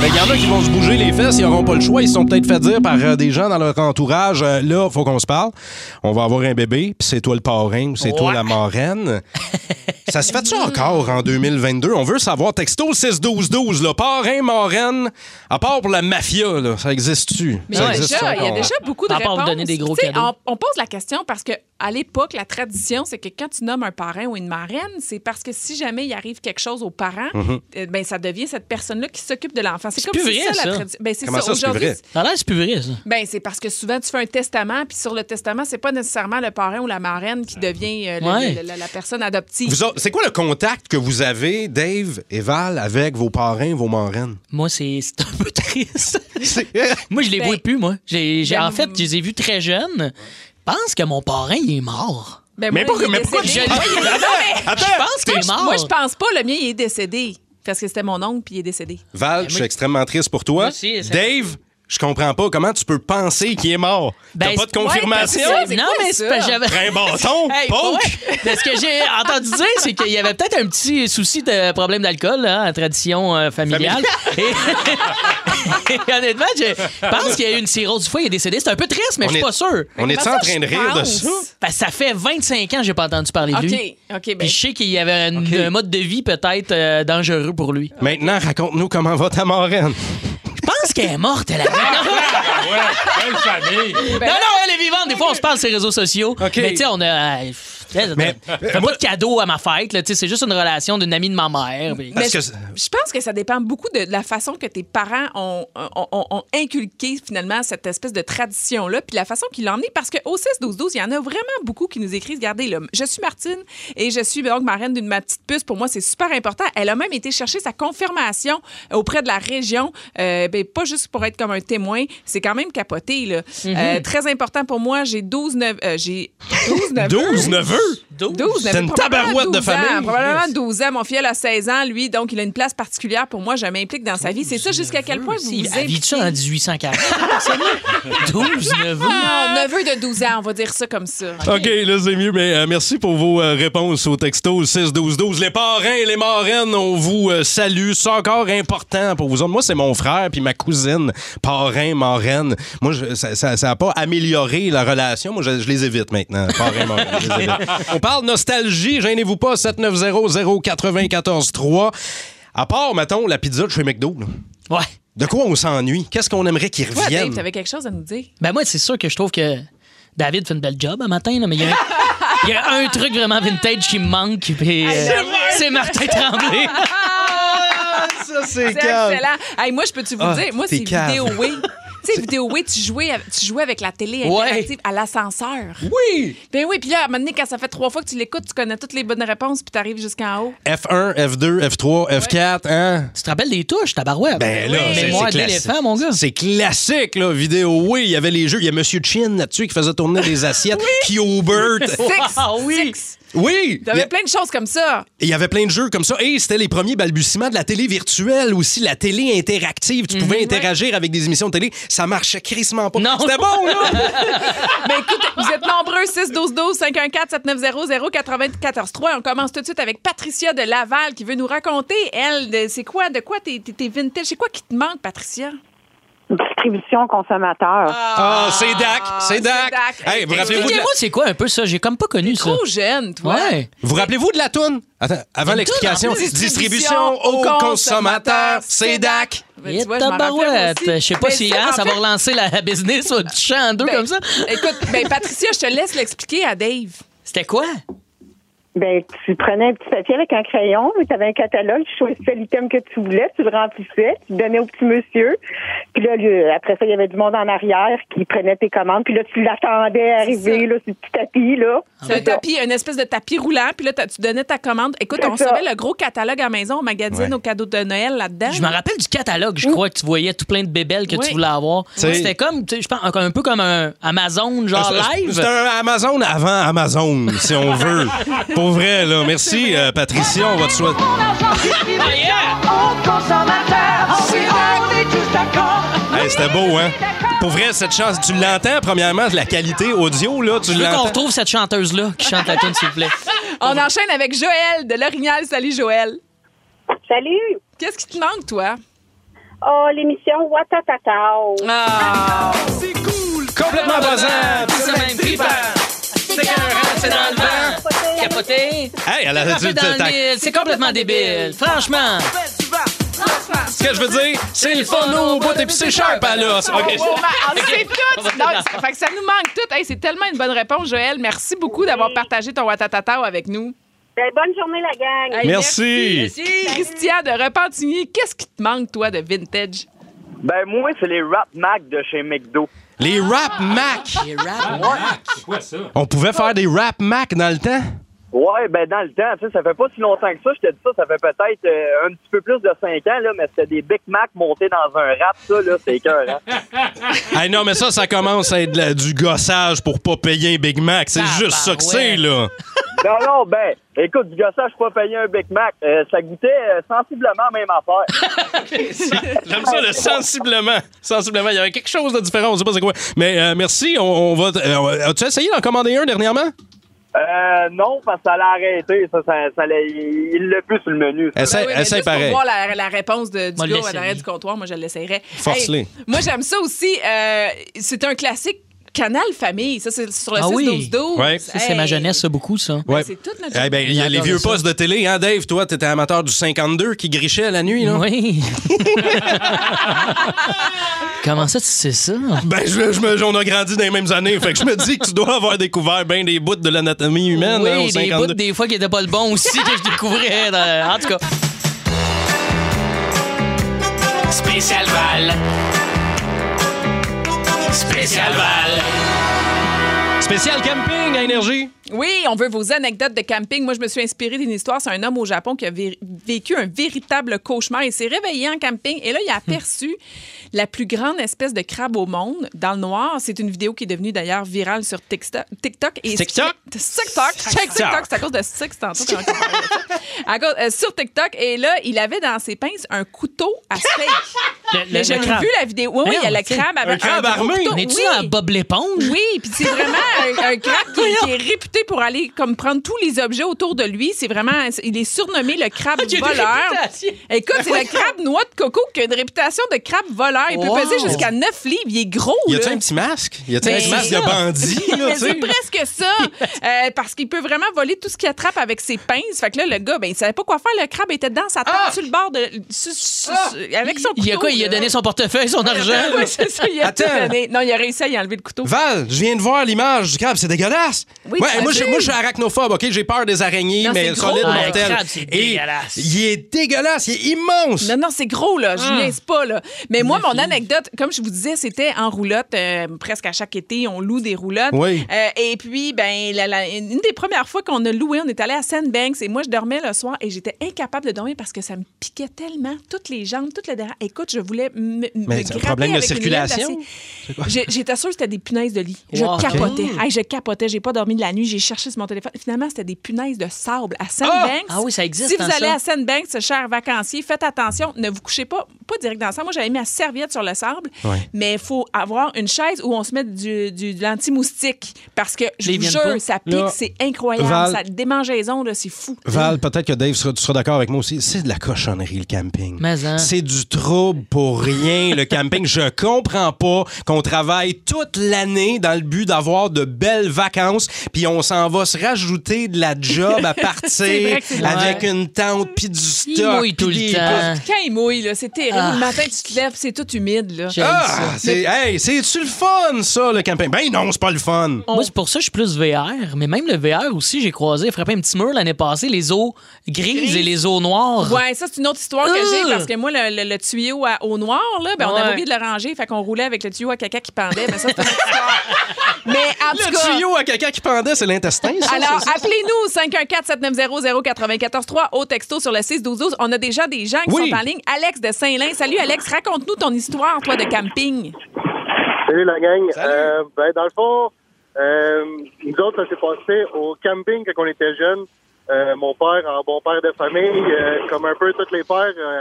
Ben, il y en a qui vont se bouger les fesses, ils n'auront pas le choix. Ils se sont peut-être fait dire par euh, des gens dans leur entourage euh, là, faut qu'on se parle. On va avoir un bébé, puis c'est toi le parrain ou c'est toi
Ouais.
la marraine. ça se fait-tu encore en 2022? On veut savoir. Texto 6-12-12, là, parrain, marraine, à part pour la mafia, là, ça existe-tu?
Mais
Ça
il y a
existe
déjà- il y a
encore? Ah.
déjà beaucoup de
À part
réponses.
vous donner des gros
Tu sais,
cadeaux.
On, on pose la question parce que à l'époque, la tradition, c'est que quand tu nommes un parrain ou une marraine, c'est parce que si jamais il arrive quelque chose aux parents,
Mhm.
euh, ben ça devient cette personne-là qui s'occupe de l'enfant. C'est comme
plus
si
vrai,
ça, la
ça.
tradition. Ben, c'est
Comment ça, c'est plus
Aujourd'hui,
vrai?
Ça a l'air, c'est plus vrai, ça.
Ben, c'est parce que souvent, tu fais un testament, puis sur le testament, c'est pas nécessairement le parrain ou la marraine qui devient euh, le-
Ouais.
le- le- la, la personne adoptive.
Vous autres, C'est quoi le contact que vous avez, Dave et Val, avec vos parrains, vos marraines?
Moi, c'est c'est un peu triste.
C'est-
moi, je les
Ben,
vois plus, moi. J'ai, j'ai- en
j'aime-
fait, je les ai vus très jeunes. Je pense que mon parrain, il est mort.
Ben,
Mais
moi,
pourquoi-
il est
mais pourquoi
décédé.
tu-
Moi, il est- Non, mais
Attends!
Je pense qu'il est mort.
Moi, je pense pas. Le mien, il est décédé. Parce que c'était mon oncle, puis il est décédé.
Val, je suis extrêmement triste pour toi.
Moi aussi, ça-
Dave, je comprends pas comment tu peux penser qu'il est mort. T'as
Ben,
pas de
c'est- ouais,
confirmation?
parce que-
Non,
quoi, ça?
mais c'est parce que j'avais.
Prends un bâton,
Hey,
poke!
ouais. Mais ce que j'ai entendu dire, c'est qu'il y avait peut-être un petit souci de problème d'alcool, hein, en tradition euh, familiale. Et... et honnêtement, je pense qu'il y a eu une cirrhose du foie, il est décédé. C'est un peu triste, mais
On
je suis
est-
pas sûr.
On est
Ça,
en train de
je
rire de
pense.
ça?
Parce que ça fait 25 ans que j'ai pas entendu parler de
OK,
lui.
OK, ben,
Puis je sais qu'il y avait un, un mode de vie peut-être euh, dangereux pour lui.
Maintenant, raconte-nous comment va ta marraine.
Je pense qu'elle est morte, elle a.
ouais, belle famille.
non, non, elle est vivante. Des fois, on se parle sur les réseaux sociaux. Mais tu sais, on a. euh,
Mais-
fais pas de cadeau à ma fête, là, tu sais, c'est juste une relation d'une amie de ma mère. puis-
Mais Euh, je, je pense que ça dépend beaucoup de, de la façon que tes parents ont, ont- ont- ont inculqué finalement cette espèce de tradition-là, puis la façon qu'ils l'ont emmenée. Parce qu'au 6-12-12, il y en a vraiment beaucoup qui nous écrivent Regardez, là, je suis Martine et je suis donc marraine d'une ma petite puce. Pour moi, c'est super important. Elle a même été chercher sa confirmation auprès de la région, euh, ben, pas juste pour être comme un témoin, c'est quand même capoté. Là. Euh, très important pour moi, j'ai 12 neuf- euh, j'ai 12 neveux.
12 neveux?
12,
C'est une
probablement
tabarouette de
12 ans,
famille.
Probablement 12 ans. Mon filleul a 16 ans, lui, donc il a une place particulière pour moi. Je m'implique dans sa vie. C'est ça jusqu'à quel point vous
Il
vous
habite en 1840. 12 neveux.
Ah, neveu de 12 ans, on va dire ça comme ça.
OK, là, c'est mieux. Mais euh, merci pour vos euh, réponses au texto 6-12-12. Les parrains et les marraines, on vous euh, salue. C'est encore important pour vous autres. Moi, c'est mon frère puis ma cousine, parrain, marraine. Moi, je- ça n'a pas amélioré la relation. Moi, je, je les évite maintenant. Parrain, marraine, je les évite. On parle nostalgie. Gênez-vous pas, 790-094-3. À part, mettons, la pizza de chez McDo.
Ouais.
De quoi on s'ennuie? Qu'est-ce qu'on aimerait qu'ils
Toi,
reviennent?
Dave, t'avais quelque chose à nous dire?
Ben moi, c'est sûr que je trouve que David fait une belle job un matin, là, mais il y a un... il y a un truc vraiment vintage qui me manque,
Ah,
puis, euh, c'est Martin Tremblay.
Ça,
c'est
calme.
excellent. Hey, moi, je peux-tu vous
Ah,
dire? Moi,
t'es
c'est
calme.
vidéo oui. Tu sais, vidéo oui, tu jouais, avec- tu jouais avec la télé
Ouais.
interactive à l'ascenseur.
Oui!
Ben oui, puis là, à un moment donné, quand ça fait trois fois que tu l'écoutes, tu connais toutes les bonnes réponses, puis t'arrives jusqu'en haut.
F1, F2, F3, F4, hein?
Tu te rappelles des touches, tabarouette?
Ben là,
Oui.
c'est-
Mémoire
c'est
d'éléphant,
classique. C'est classique, là, vidéo. Oui, il y avait les jeux. Il y a Monsieur Chin là-dessus qui faisait tourner des assiettes. Kiobert.
Six!
Ah
oui!
Oui! Il y
T'avais
a-
plein de choses comme ça.
il y avait plein de jeux comme ça. Et c'était les premiers balbutiements de la télé virtuelle aussi, la télé interactive.
Mhm,
Tu pouvais interagir avec des émissions de télé. Ça marchait crissement pas. C'était bon, là!
Mais écoute, vous êtes nombreux, 6 12 12 514 7900 94 3 On commence tout de suite avec Patricia de Laval qui veut nous raconter, elle, de- c'est quoi, de quoi t'es t'es- t'es vintage, c'est quoi qui te manque, Patricia?
Distribution consommateur.
Ah, c'est Dac! C'est Dac! Hey, vous rappelez-vous de la-
Expliquez-moi, c'est quoi un peu ça? J'ai comme pas connu ça.
trop jeune, toi.
Ouais.
Vous rappelez-vous de la toune? Attends, avant
Une
l'explication,
toune en plus.
distribution au consommateur, c'est Dac!
Mais tu vois, je m'en rappelle
Tabarouette.
aussi.
Je sais pas
Mais
si
ça,
hein,
en
ça
fait-
va relancer la la business ou du champ en deux
Ben,
comme ça.
Écoute, ben Patricia, je te laisse l'expliquer à Dave.
C'était quoi?
Ben, tu prenais un petit papier avec un crayon, tu avais un catalogue, tu choisissais l'item que tu voulais, tu le remplissais, tu le donnais au petit monsieur. Puis là, le- après ça, il y avait du monde en arrière qui prenait tes commandes. Puis là, tu l'attendais arriver, là, sur le petit tapis, là.
Ah,
C'est un tapis, une espèce de tapis roulant, puis là, t'as- tu donnais ta commande. Écoute,
C'est
on
ça.
recevait le gros catalogue à la maison, on magasine nos cadeaux de Noël là-dedans.
Je me rappelle du catalogue, je crois que tu voyais tout plein de bébelles que
Hein? Oui.
tu voulais avoir.
T'sais-
C'était comme, tu sais, je pense, un peu comme un Amazon, genre live.
Euh, C'est un Amazon avant Amazon, si on veut. Pour vrai, là. Merci, euh, Patricia. On va te souhaiter.
Ah,
Hey, C'était beau, hein? Pour vrai, cette chance, tu l'entends, premièrement, de la qualité audio, là. Tu
Je veux qu'on
l'entends.
retrouve cette chanteuse-là qui chante la tune, s'il vous plaît.
On enchaîne avec Joël de L'Orignal. Salut, Joël.
Salut.
Qu'est-ce qui te manque, toi?
Oh, l'émission Watatatao.
Ah!
C'est cool!
Complètement
voisin!
C'est même trippant. C'est c'est dans le vent. Capoté.
Hey, elle a
Frappé
dit-
dans le
t'as-
mille. C'est complètement débile. Ah Franchement.
Ce que je veux dire, c'est le fun au bout et puis c'est sharp à l'os. OK.
Oh, ma- ah, c'est tout! Non, ça, fait que ça nous manque tout. Hey, c'est tellement une bonne réponse, Joël. Merci beaucoup d'avoir partagé ton Watatatao avec nous.
Ben, bonne journée, la gang.
Hey,
Merci.
Christian de Repentigny, qu'est-ce qui te manque, toi, de vintage?
Ben, moi, c'est les Rap Mac de chez McDo.
Les rap Mac.
C'est quoi ça?
On pouvait faire des rap Mac dans le temps?
Ouais, ben dans le temps, tu sais, ça fait pas si longtemps que ça, je te dis ça, ça fait peut-être euh, un petit peu plus de 5 ans, là, mais c'était des Big Mac montés dans un rap, ça, là, c'est hein. écœurant.
Hey, non, mais ça, ça commence à être de la- du gossage pour pas payer un Big Mac. C'est juste ça que c'est, là.
non, non, ben, écoute, du gossage, pas payer un Big Mac, euh, ça goûtait euh, sensiblement même affaire.
J'aime ça, le sensiblement. Sensiblement, il y avait quelque chose de différent, on sait pas c'est quoi. Mais euh, merci, on, on va. t- euh, As-tu essayé d'en commander un dernièrement?
Euh, non, parce que ça l'a arrêté, ça, ça, ça l'a- il l'a plus sur le menu.
Eh,
ça.
Ben
Essaye-
oui, mais
essaye
juste pour
pareil.
voir la, la réponse de,
Moi,
du gars à
l'essayer.
l'arrière du comptoir, moi, je l'essayerais.
Force-les.
moi, j'aime ça aussi. euh, c'est un classique. Canal Famille, ça, c'est sur le
Ah
6
oui.
12 12
Ouais.
Ça, C'est ma jeunesse, ça, beaucoup, ça.
Ouais.
C'est toute notre
Eh ben, il y a les
J'adore
vieux
Ah, ça.
postes de télé, hein, Dave? Toi, t'étais amateur du 52 qui grichait la nuit, là?
Oui. Comment ça, tu sais ça?
Ben, je, je me- on a grandi dans les mêmes années. Fait que je me dis que tu dois avoir découvert bien des bouts de l'anatomie humaine, hein, au
oui, des
52.
bouts des fois qui étaient pas le bon aussi que je découvrais. dans- En tout cas.
Spécial Val. Spécial Val.
Spécial camping à énergie.
Oui, on veut vos anecdotes de camping. Moi, je me suis inspirée d'une histoire sur un homme au Japon qui a vé- vécu un véritable cauchemar. Il s'est réveillé en camping et là, il a aperçu la plus grande espèce de crabe au monde dans le noir. C'est une vidéo qui est devenue d'ailleurs virale sur TikTok. TikTok. Et
TikTok?
TikTok. TikTok. C'est à cause de six tantôt. t'as encore parlé de ça. À cause- euh, sur TikTok. Et là, il avait dans ses pinces un couteau à steak.
Le- le-
Mais
le
J'ai
crabe.
vu la vidéo. Oui, oui, il y a le
Voyons,
crabe
t'sais.
avec gros couteau.
On est-tu
Oui.
dans la Bob l'éponge?
Oui, puis c'est vraiment un, un crabe qui, qui est réputé pour aller comme prendre tous les objets autour de lui. C'est vraiment, il est surnommé le crabe
Il a une
voleur.
réputation.
Écoute, c'est le crabe noix de coco qui a une réputation de crabe voleur. Il
Wow.
peut peser jusqu'à 9 livres. Il est gros.
Y a-tu
là.
un petit masque? Y a-tu un
Mais-
petit masque de bandit, là,
Mais
tu
c'est
sais?
presque ça. Euh, parce qu'il peut vraiment voler tout ce qu'il attrape avec ses pinces. Fait que là, le gars, ben, il savait pas quoi faire. Le crabe était dans sa tente sur le bord de. su- su- su- avec son
Ah! Il y a quoi? Il a donné son portefeuille, son argent?
Oui, c'est ça. Il a tout
Attends.
donné. Non, il a réussi à y enlever le couteau.
Val, je viens de voir l'image du crabe, c'est dégueulasse.
Oui,
Ouais,
t'as
moi, je,
vu?
moi, je suis arachnophobe, ok? J'ai peur des araignées,
Non,
mais
c'est gros.
solide
Ah,
mortel.
le crabe, c'est
Et
dégueulasse.
Il est dégueulasse, il est immense.
Non, non, c'est gros, là. Je
Ah.
niaise pas, là. Mais moi, mon anecdote, comme je vous disais, c'était en roulotte. euh, presque à chaque été, on loue des roulottes.
Oui.
Euh, et puis, ben, la- la- une des premières fois qu'on a loué, on est allé à Sandbanks et moi, je dormais le soir et j'étais incapable de dormir parce que ça me piquait tellement. Toutes les jambes, toutes les derrière. Écoute, je voulais me, me
Mais c'est un
gratter
problème de
avec une ligne d'acier.
circulation? C'est quoi?
J'ai- J'étais sûre que c'était des punaises de lit. Je
Wow.
capotais.
OK.
Hey, je capotais. J'ai pas dormi de la nuit. J'ai cherché sur mon téléphone. Finalement, c'était des punaises de sable à Sandbanks.
Ah oui, ça existe,
Si vous
hein,
allez
ça.
à Sandbanks, chers vacanciers, faites attention. Ne vous couchez pas, pas direct dans le sable. Moi, j'avais mis la serviette sur le sable.
Ouais.
Mais il faut avoir une chaise où on se met du, du, de l'anti-moustique. Parce que, je
Les
vous
viennent
jure,
pas.
ça pique.
Là,
C'est incroyable.
Val-
Ça démangeaison, là, c'est fou.
Val, peut-être que Dave sera, tu seras d'accord avec moi aussi. C'est de la cochonnerie, le camping.
Mais, hein.
C'est du trouble pour rien, le camping. Je comprends pas qu'on travaille toute l'année dans le but d'avoir de belles vacances, puis on s'en va se rajouter de la job à
C'est
partir
vrai que c'est-
avec une tente, puis du stock.
mouille tout
puis
le
des-
temps.
Quand il mouille, là, c'est terrible.
Ah.
Le matin, tu te lèves, c'est tout humide. Là.
Ah, c'est, hey, c'est-tu le fun, ça, le camping? Ben non, c'est pas le fun.
Moi, c'est pour ça que je suis plus VR, mais même le VR aussi, j'ai croisé, frappé un petit mur l'année passée, les eaux grises
Grises.
et les eaux noires.
Ouais, ça, c'est une autre histoire que j'ai
Ugh.
parce que moi, le, le- le tuyau à- au noir, là, ben, on
Ah! Ouais.
avait oublié de le ranger. Fait qu'on roulait avec le tuyau à caca qui pendait. Mais ça, c'est une autre histoire. Mais en tout
Le
cas.
tuyau à caca qui pendait, c'est l'intestin, ça?
Alors,
c'est ça?
appelez-nous 514-790-0943 au texto sur le 61212. On a déjà des gens qui
Oui.
sont en ligne. Alex de Saint-Lin. Salut, Alex. Raconte-nous ton histoire, toi, de camping.
Salut la gang. Euh, ben, dans le fond, euh, nous autres, ça s'est passé au camping quand on était jeunes. Euh, mon père, en bon père de famille, euh, comme un peu tous les pères, euh,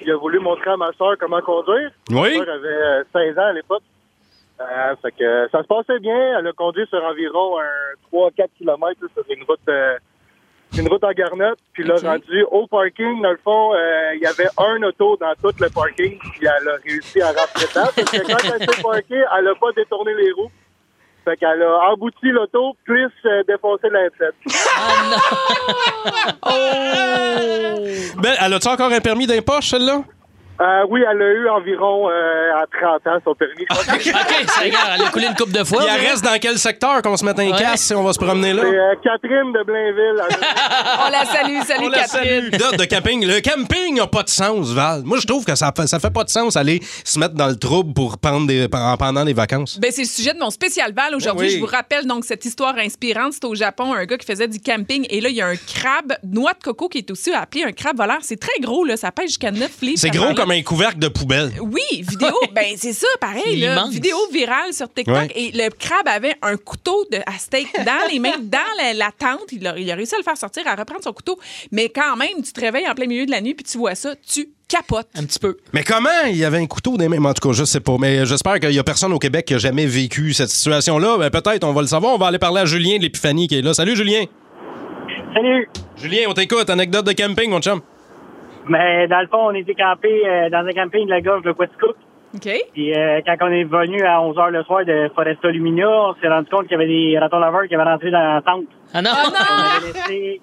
il a voulu montrer à ma soeur comment conduire.
Oui.
Ma soeur avait euh, 16 ans à l'époque. Euh, fait que ça se passait bien. Elle a conduit sur environ un 3-4 km sur une route, euh, une route en garnotte. Puis là, rendu au parking, dans le fond, euh, il y avait un auto dans tout le parking. Puis elle a réussi à rentrer dedans. Parce que quand elle s'est parkée, elle n'a pas détourné les roues. Fait qu'elle a embouti l'auto, plus euh, défoncé l'inflette.
Ah,
Ben, elle a-tu encore un permis d'impoche, celle-là?
Euh, oui, elle a eu environ euh, à 30 ans son permis. Je pense que
OK, ça regarde, elle a coulé une coupe de fois.
Il
mais-
reste dans quel secteur qu'on se mette un casque si on va se promener là?
c'est euh, Catherine de Blainville. Elle a-
On la salue. Salut,
On la
Catherine.
salue. Date de camping. Le camping n'a pas de sens, Val. Moi, je trouve que ça fait, ça fait pas de sens aller se mettre dans le trouble pour prendre des, en- pendant les vacances.
Ben, c'est le sujet de mon spécial Val aujourd'hui.
Ben oui.
Je vous rappelle donc cette histoire inspirante. C'était au Japon, un gars qui faisait du camping. Et là, il y a un crabe noix de coco qui est aussi appelé un crabe voleur. C'est très gros, là. Ça pèse jusqu'à 9 livres.
C'est
Ça
gros
parle-
comme un couvercle de poubelle.
Oui, vidéo. ben, c'est ça, pareil. là.
Immense.
vidéo virale sur TikTok.
Ouais.
Et le crabe avait un couteau de, à steak dans les mains, dans la, la tente. Il a, il a réussi à le faire sortir, à reprendre son couteau. Mais quand même, tu te réveilles en plein milieu de la nuit puis tu vois ça, tu capotes.
Un petit peu.
Mais comment il y avait un couteau des mains? En tout cas, je sais pas. Mais j'espère qu'il y a personne au Québec qui a jamais vécu cette situation-là. Ben, peut-être, on va le savoir. On va aller parler à Julien de l'Épiphanie qui est là. Salut, Julien.
Salut.
Julien, on t'écoute. Anecdote de camping, mon chum.
Mais dans le fond, on était campé euh, dans un camping de la gorge de Quaticook.
OK.
Puis euh, quand on est venu à 11h le soir de Foresta Lumina, on s'est rendu compte qu'il y avait des ratons laveurs qui avaient rentré dans la tente.
Ah non!
On avait laissé,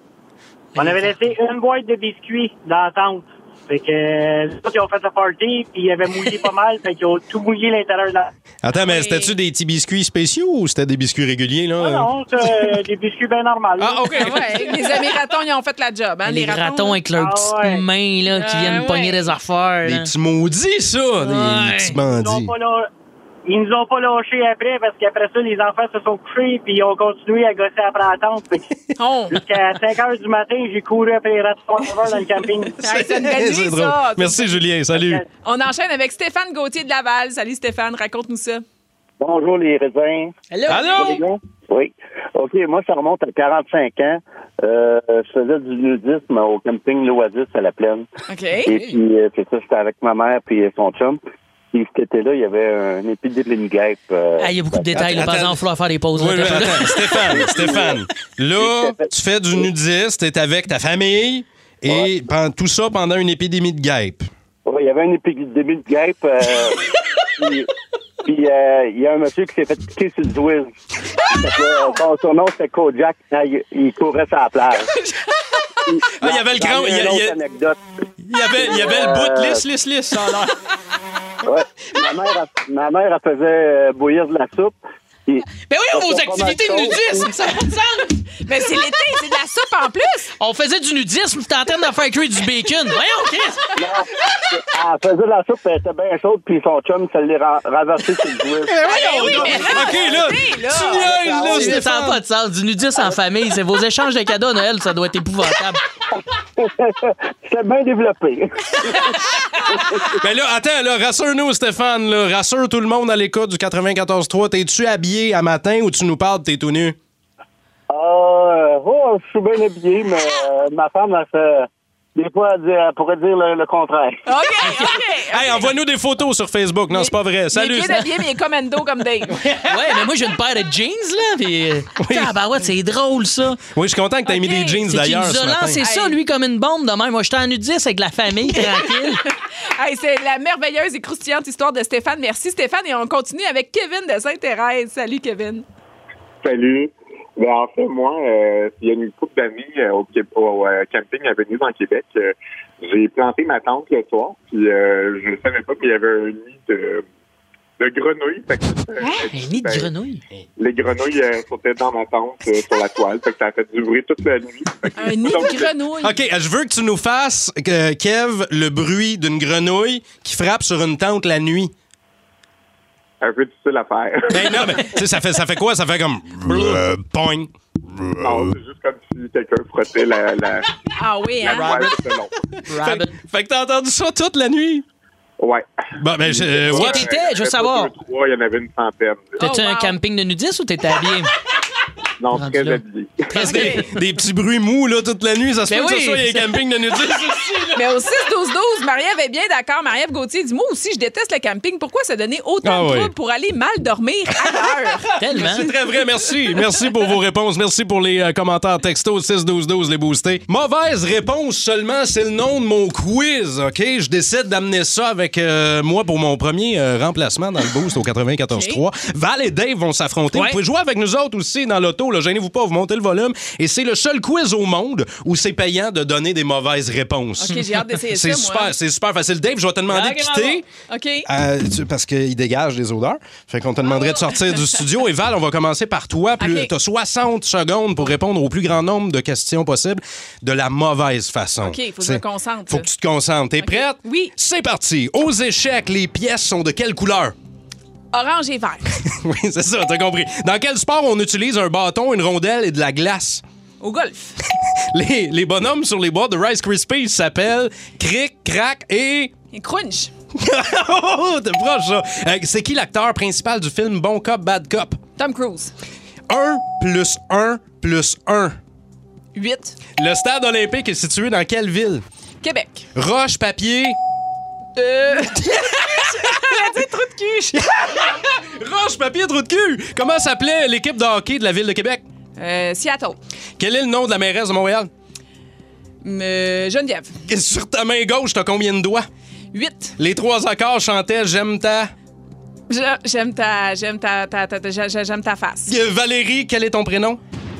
on avait laissé une boîte de biscuits dans la tente. Fait que euh, les autres, ils ont fait le party, puis ils avaient mouillé pas mal, fait qu'ils ont tout mouillé l'intérieur de la
Attends, mais c'était-tu des petits biscuits spéciaux ou c'était des biscuits réguliers, là?
Ah non, c'est euh, des biscuits bien normaux.
Ah, OK.
Ouais, les amis ratons, ils ont fait la job. Hein,
Les, ratons avec leurs petites
Ah
mains là, qui
Ah
viennent
ouais.
pogner des affaires.
Des
là.
petits maudits, ça! Des
Ouais.
petits
Ils nous, ont
bandits.
pas lâ- ils nous ont pas lâchés après parce qu'après ça, les enfants se sont couchés puis ils ont continué à gosser après la tente. Fait que
Oh.
Jusqu'à 5 h du matin, j'ai couru après les ratons laveurs dans le camping.
c'est une belle nuit,
C'est drôle.
ça.
Merci, Julien. Salut.
On enchaîne avec Stéphane Gauthier de Laval. Salut Stéphane, raconte-nous ça.
Bonjour les raisins.
Allô?
Allô? Oui. OK, moi, ça remonte à 45 ans. Euh, je faisais du nudisme au camping L'Oasis à la plaine.
OK.
Et puis, euh, c'est ça, j'étais avec ma mère puis son chum. Puis cet été-là, il y avait un épidémie guêpe. euh,
Ah, il y a beaucoup de détails. Là, par
Attends.
exemple, il va falloir faire des pauses.
Oui,
là,
mais
t'as-
attends, Stéphane, Stéphane. Là, tu fais du nudiste, t'es avec ta famille, et pen- tout ça pendant une épidémie de guêpe.
Ouais, il y avait une épidémie de guêpe. euh, puis- puis euh, il y a un monsieur qui s'est fait piquer sur le Zwiz. Fait que, euh, Son surnom, c'était Kojak. quand Il, il courait sur la plage.
Ah, il y avait le grand-
J'en ai
il y a-
une
il y a-
autre anecdote.
Il y avait, il y avait le bout de lisse, lisse, lisse, ça a l'air.
Ouais. Ma mère, elle- ma mère, elle faisait euh, bouillir de la soupe. Mais
Ben
Mais Ben oui, vos activités de nudisme, ça n'a pas de sens!
Mais Ben, c'est l'été, c'est de la soupe en plus!
On faisait du nudisme, puis t'es en train de faire cuire du bacon. Voyons, Chris!
Elle faisait de la soupe, elle était bien chaude, puis son chum, ça l'est ra- renversé sur le
Eh
jouet.
OK, là, tu niaises, là,
Ça n'a pas de sens. Du nudisme en famille, c'est vos échanges de cadeaux à Noël, ça doit être épouvantable.
C'est bien développé.
Mais Ben là, attends, là, rassure-nous, Stéphane. Là, rassure tout le monde à l'écoute du 94.3. T'es-tu habillé à matin ou tu nous parles de t'es tout nu?
Euh, oh, je suis bien habillé, mais euh, ma femme, elle fait. Des fois, elle, dit- elle pourrait dire le, le contraire.
OK, OK.
Hey, envoie-nous des photos sur Facebook. Non, c'est pas vrai.
Il
Salut.
est bien habillé, mais il est commando comme Dave.
Ouais, mais moi, j'ai une paire de jeans, là, puis... Tabarouette, c'est drôle, ça.
Oui, je suis content que t'aies mis des jeans
C'est
d'ailleurs ce
isolant,
matin.
c'est ça, lui, comme une bombe de même. Moi, j'étais en nudiste avec la famille, tranquille.
Hey, c'est la merveilleuse et croustillante histoire de Stéphane. Merci Stéphane. Et on continue avec Kevin de Sainte-Thérèse. Salut Kevin.
Salut. Ben, en fait, moi, euh, il y a une couple d'amis euh, au, Qué- au, euh, camping à Venise, en Québec. Euh, j'ai planté ma tente le soir, puis euh, je ne savais pas qu'il y avait un nid de, de grenouilles. Fait que, euh,
Ah, Un nid de
ben,
grenouilles?
Les grenouilles euh, sautaient dans ma tente euh, sur la toile. Fait que ça a fait du bruit toute la nuit. Fait que-
Un nid
Donc,
de grenouille.
OK, je veux que tu nous fasses, euh, Kev, le bruit d'une grenouille qui frappe sur une tente la nuit.
Un peu difficile à faire.
Ben non, mais tu sais, ça fait, ça fait quoi? Ça fait comme... euh, poing.
Non, c'est juste comme si quelqu'un frottait la, la,
Ah oui,
la
hein?
toile tout le long.
Fait, fait que t'as entendu ça toute la nuit?
Ouais.
Bon, ben, je, euh, Oh,
Est-ce que
what?
t'étais? Je veux savoir.
Deux, trois, il y en avait une centaine.
Oh,
T'étais un camping de nudistes ou t'étais habillé?
Non, très
là.
habillé.
Parce que Des, des petits bruits mous, là, toute la nuit. Ça se
Ben
peut que
oui,
ce soit les
ça-
campings de nudistes aussi, là.
Mais au 6-12-12, Marie-Ève est bien d'accord. Marie-Ève Gauthier dit Moi aussi, je déteste le camping. Pourquoi se donner autant
Ah
de
oui.
troubles pour aller mal dormir à l'heure?
C'est très vrai, merci. Merci pour vos réponses. Merci pour les euh, commentaires textos 6-12-12, les boostés. Mauvaise réponse seulement, c'est le nom de mon quiz, OK? Je décide d'amener ça avec euh, moi pour mon premier euh, remplacement dans le boost au 94.3. Val et Dave vont s'affronter.
Ouais.
Vous pouvez jouer avec nous autres aussi dans l'auto. là. Gênez-vous pas, vous montez le volume. Et c'est le seul quiz au monde où c'est payant de donner des mauvaises réponses.
OK, j'ai hâte d'essayer
C'est
ça, moi.
super, c'est super facile. Dave, je vais te demander de quitter.
OK.
Euh, tu- parce qu'il dégage des odeurs. Fait qu'on te demanderait de sortir du studio. Et Val, on va commencer par toi. Plus
Ok.
T'as 60 secondes pour répondre au plus grand nombre de questions possibles de la mauvaise façon.
OK, faut que je
C'est-
me concentre,
Faut
là.
que tu te concentres. T'es prête? Oui. C'est parti. Aux échecs, les pièces sont de quelle couleur?
Orange et vert.
oui, c'est ça, t'as compris. Dans quel sport on utilise un bâton, une rondelle et de la glace?
Au golf.
Les, les bonhommes sur les boîtes de Rice Krispies s'appellent Cric, Crac et...
Et crunch.
oh, t'es proche, ça. Euh, c'est qui l'acteur principal du film Bon Cop, Bad Cop?
Tom Cruise.
1 plus 1 plus 1.
8.
Le stade olympique est situé dans quelle ville?
Québec.
Roche, papier.
Euh. Elle a dit trou de cul.
Roche, papier, trou de cul. Comment s'appelait l'équipe de hockey de la ville de Québec?
Euh, Seattle.
Quel est le nom de la mairesse de Montréal?
Euh, Geneviève.
Et sur ta main gauche, t'as combien de doigts?
8.
Les trois accords chantaient J'aime ta.
J'aime ta, j'aime ta, ta- ta- ta- j'a- j'a- j'aime ta face.
Euh, Valérie, quel est ton prénom?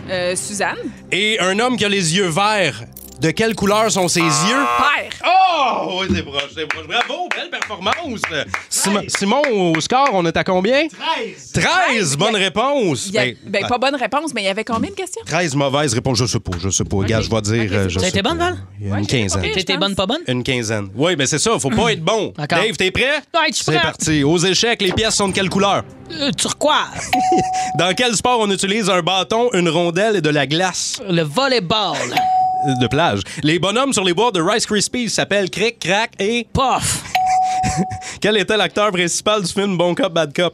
Euh, Suzanne.
Et un homme qui a les yeux verts. De quelle couleur sont ses yeux?
Père.
Oh! Oui, c'est proche, c'est proche. Bravo, belle performance. Simon, Simon, au score, on est à combien?
13.
13, bonne réponse.
Il y a- ben,
ah,
pas bonne réponse, mais il y avait combien de questions?
13 mauvaises réponses, je sais pas, je sais pas. Gars, je vais dire. euh, je
Ça
sais
a été
pas.
bonne, Val?
Il y a Une quinzaine.
T'étais bonne, pas bonne?
Une quinzaine. Oui, mais c'est ça, faut
Hmm.
pas être bon.
D'accord.
Dave, t'es prêt?
Ouais, je suis
C'est
prêt.
parti. Aux échecs, les pièces sont de quelle couleur?
Euh, turquoise.
Dans quel sport on utilise un bâton, une rondelle et de la glace?
Le volleyball.
Euh, De plage. Les bonhommes sur les bois de Rice Krispies s'appellent Cric, Crac et...
Pof!
Quel était l'acteur principal du film Bon Cop, Bad Cop?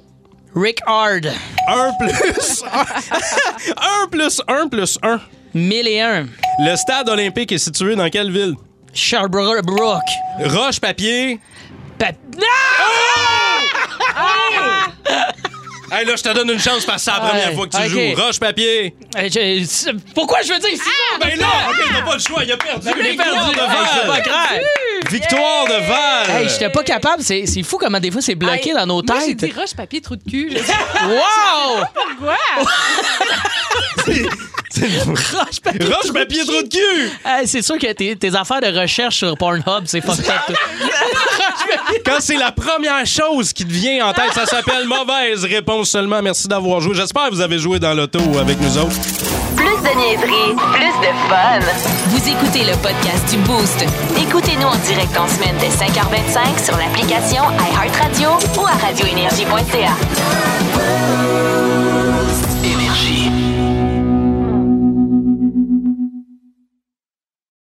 Rick Hard.
Un plus un. un plus un plus un.
1001.
Le stade olympique est situé dans quelle ville?
Sherbrooke.
Roche, papier.
Ah!
Hey, là, je te donne une chance parce que c'est la première
Ouais,
fois que tu
ok.
joues. Roche, papier.
Euh, je- c'est- Pourquoi je veux dire ça?
Ben là, ok, t'as pas le choix, il a perdu.
Ben oui,
Victoire
il
de
a perdu.
Val.
Hey, c'est pas grave.
Victoire de Val.
Hey, j'étais pas capable. C'est c'est fou comment des fois c'est bloqué
Hey,
dans nos
moi, J'ai
têtes.
dit roche, papier, trou de cul. là.
Wow!
Pourquoi?
Roche, papier,
Roche, papier, trou de cul.
Hey, c'est sûr que tes, tes affaires de recherche sur Pornhub, c'est fucked up.
Quand c'est la première chose qui te vient en tête, ça s'appelle mauvaise réponse seulement. Merci d'avoir joué. J'espère que vous avez joué dans l'auto avec nous autres.
Plus de niaiserie, plus de fun. Vous écoutez le podcast du Boost. Écoutez-nous en direct en semaine dès 5h25 sur l'application iHeartRadio ou à radioénergie.ca.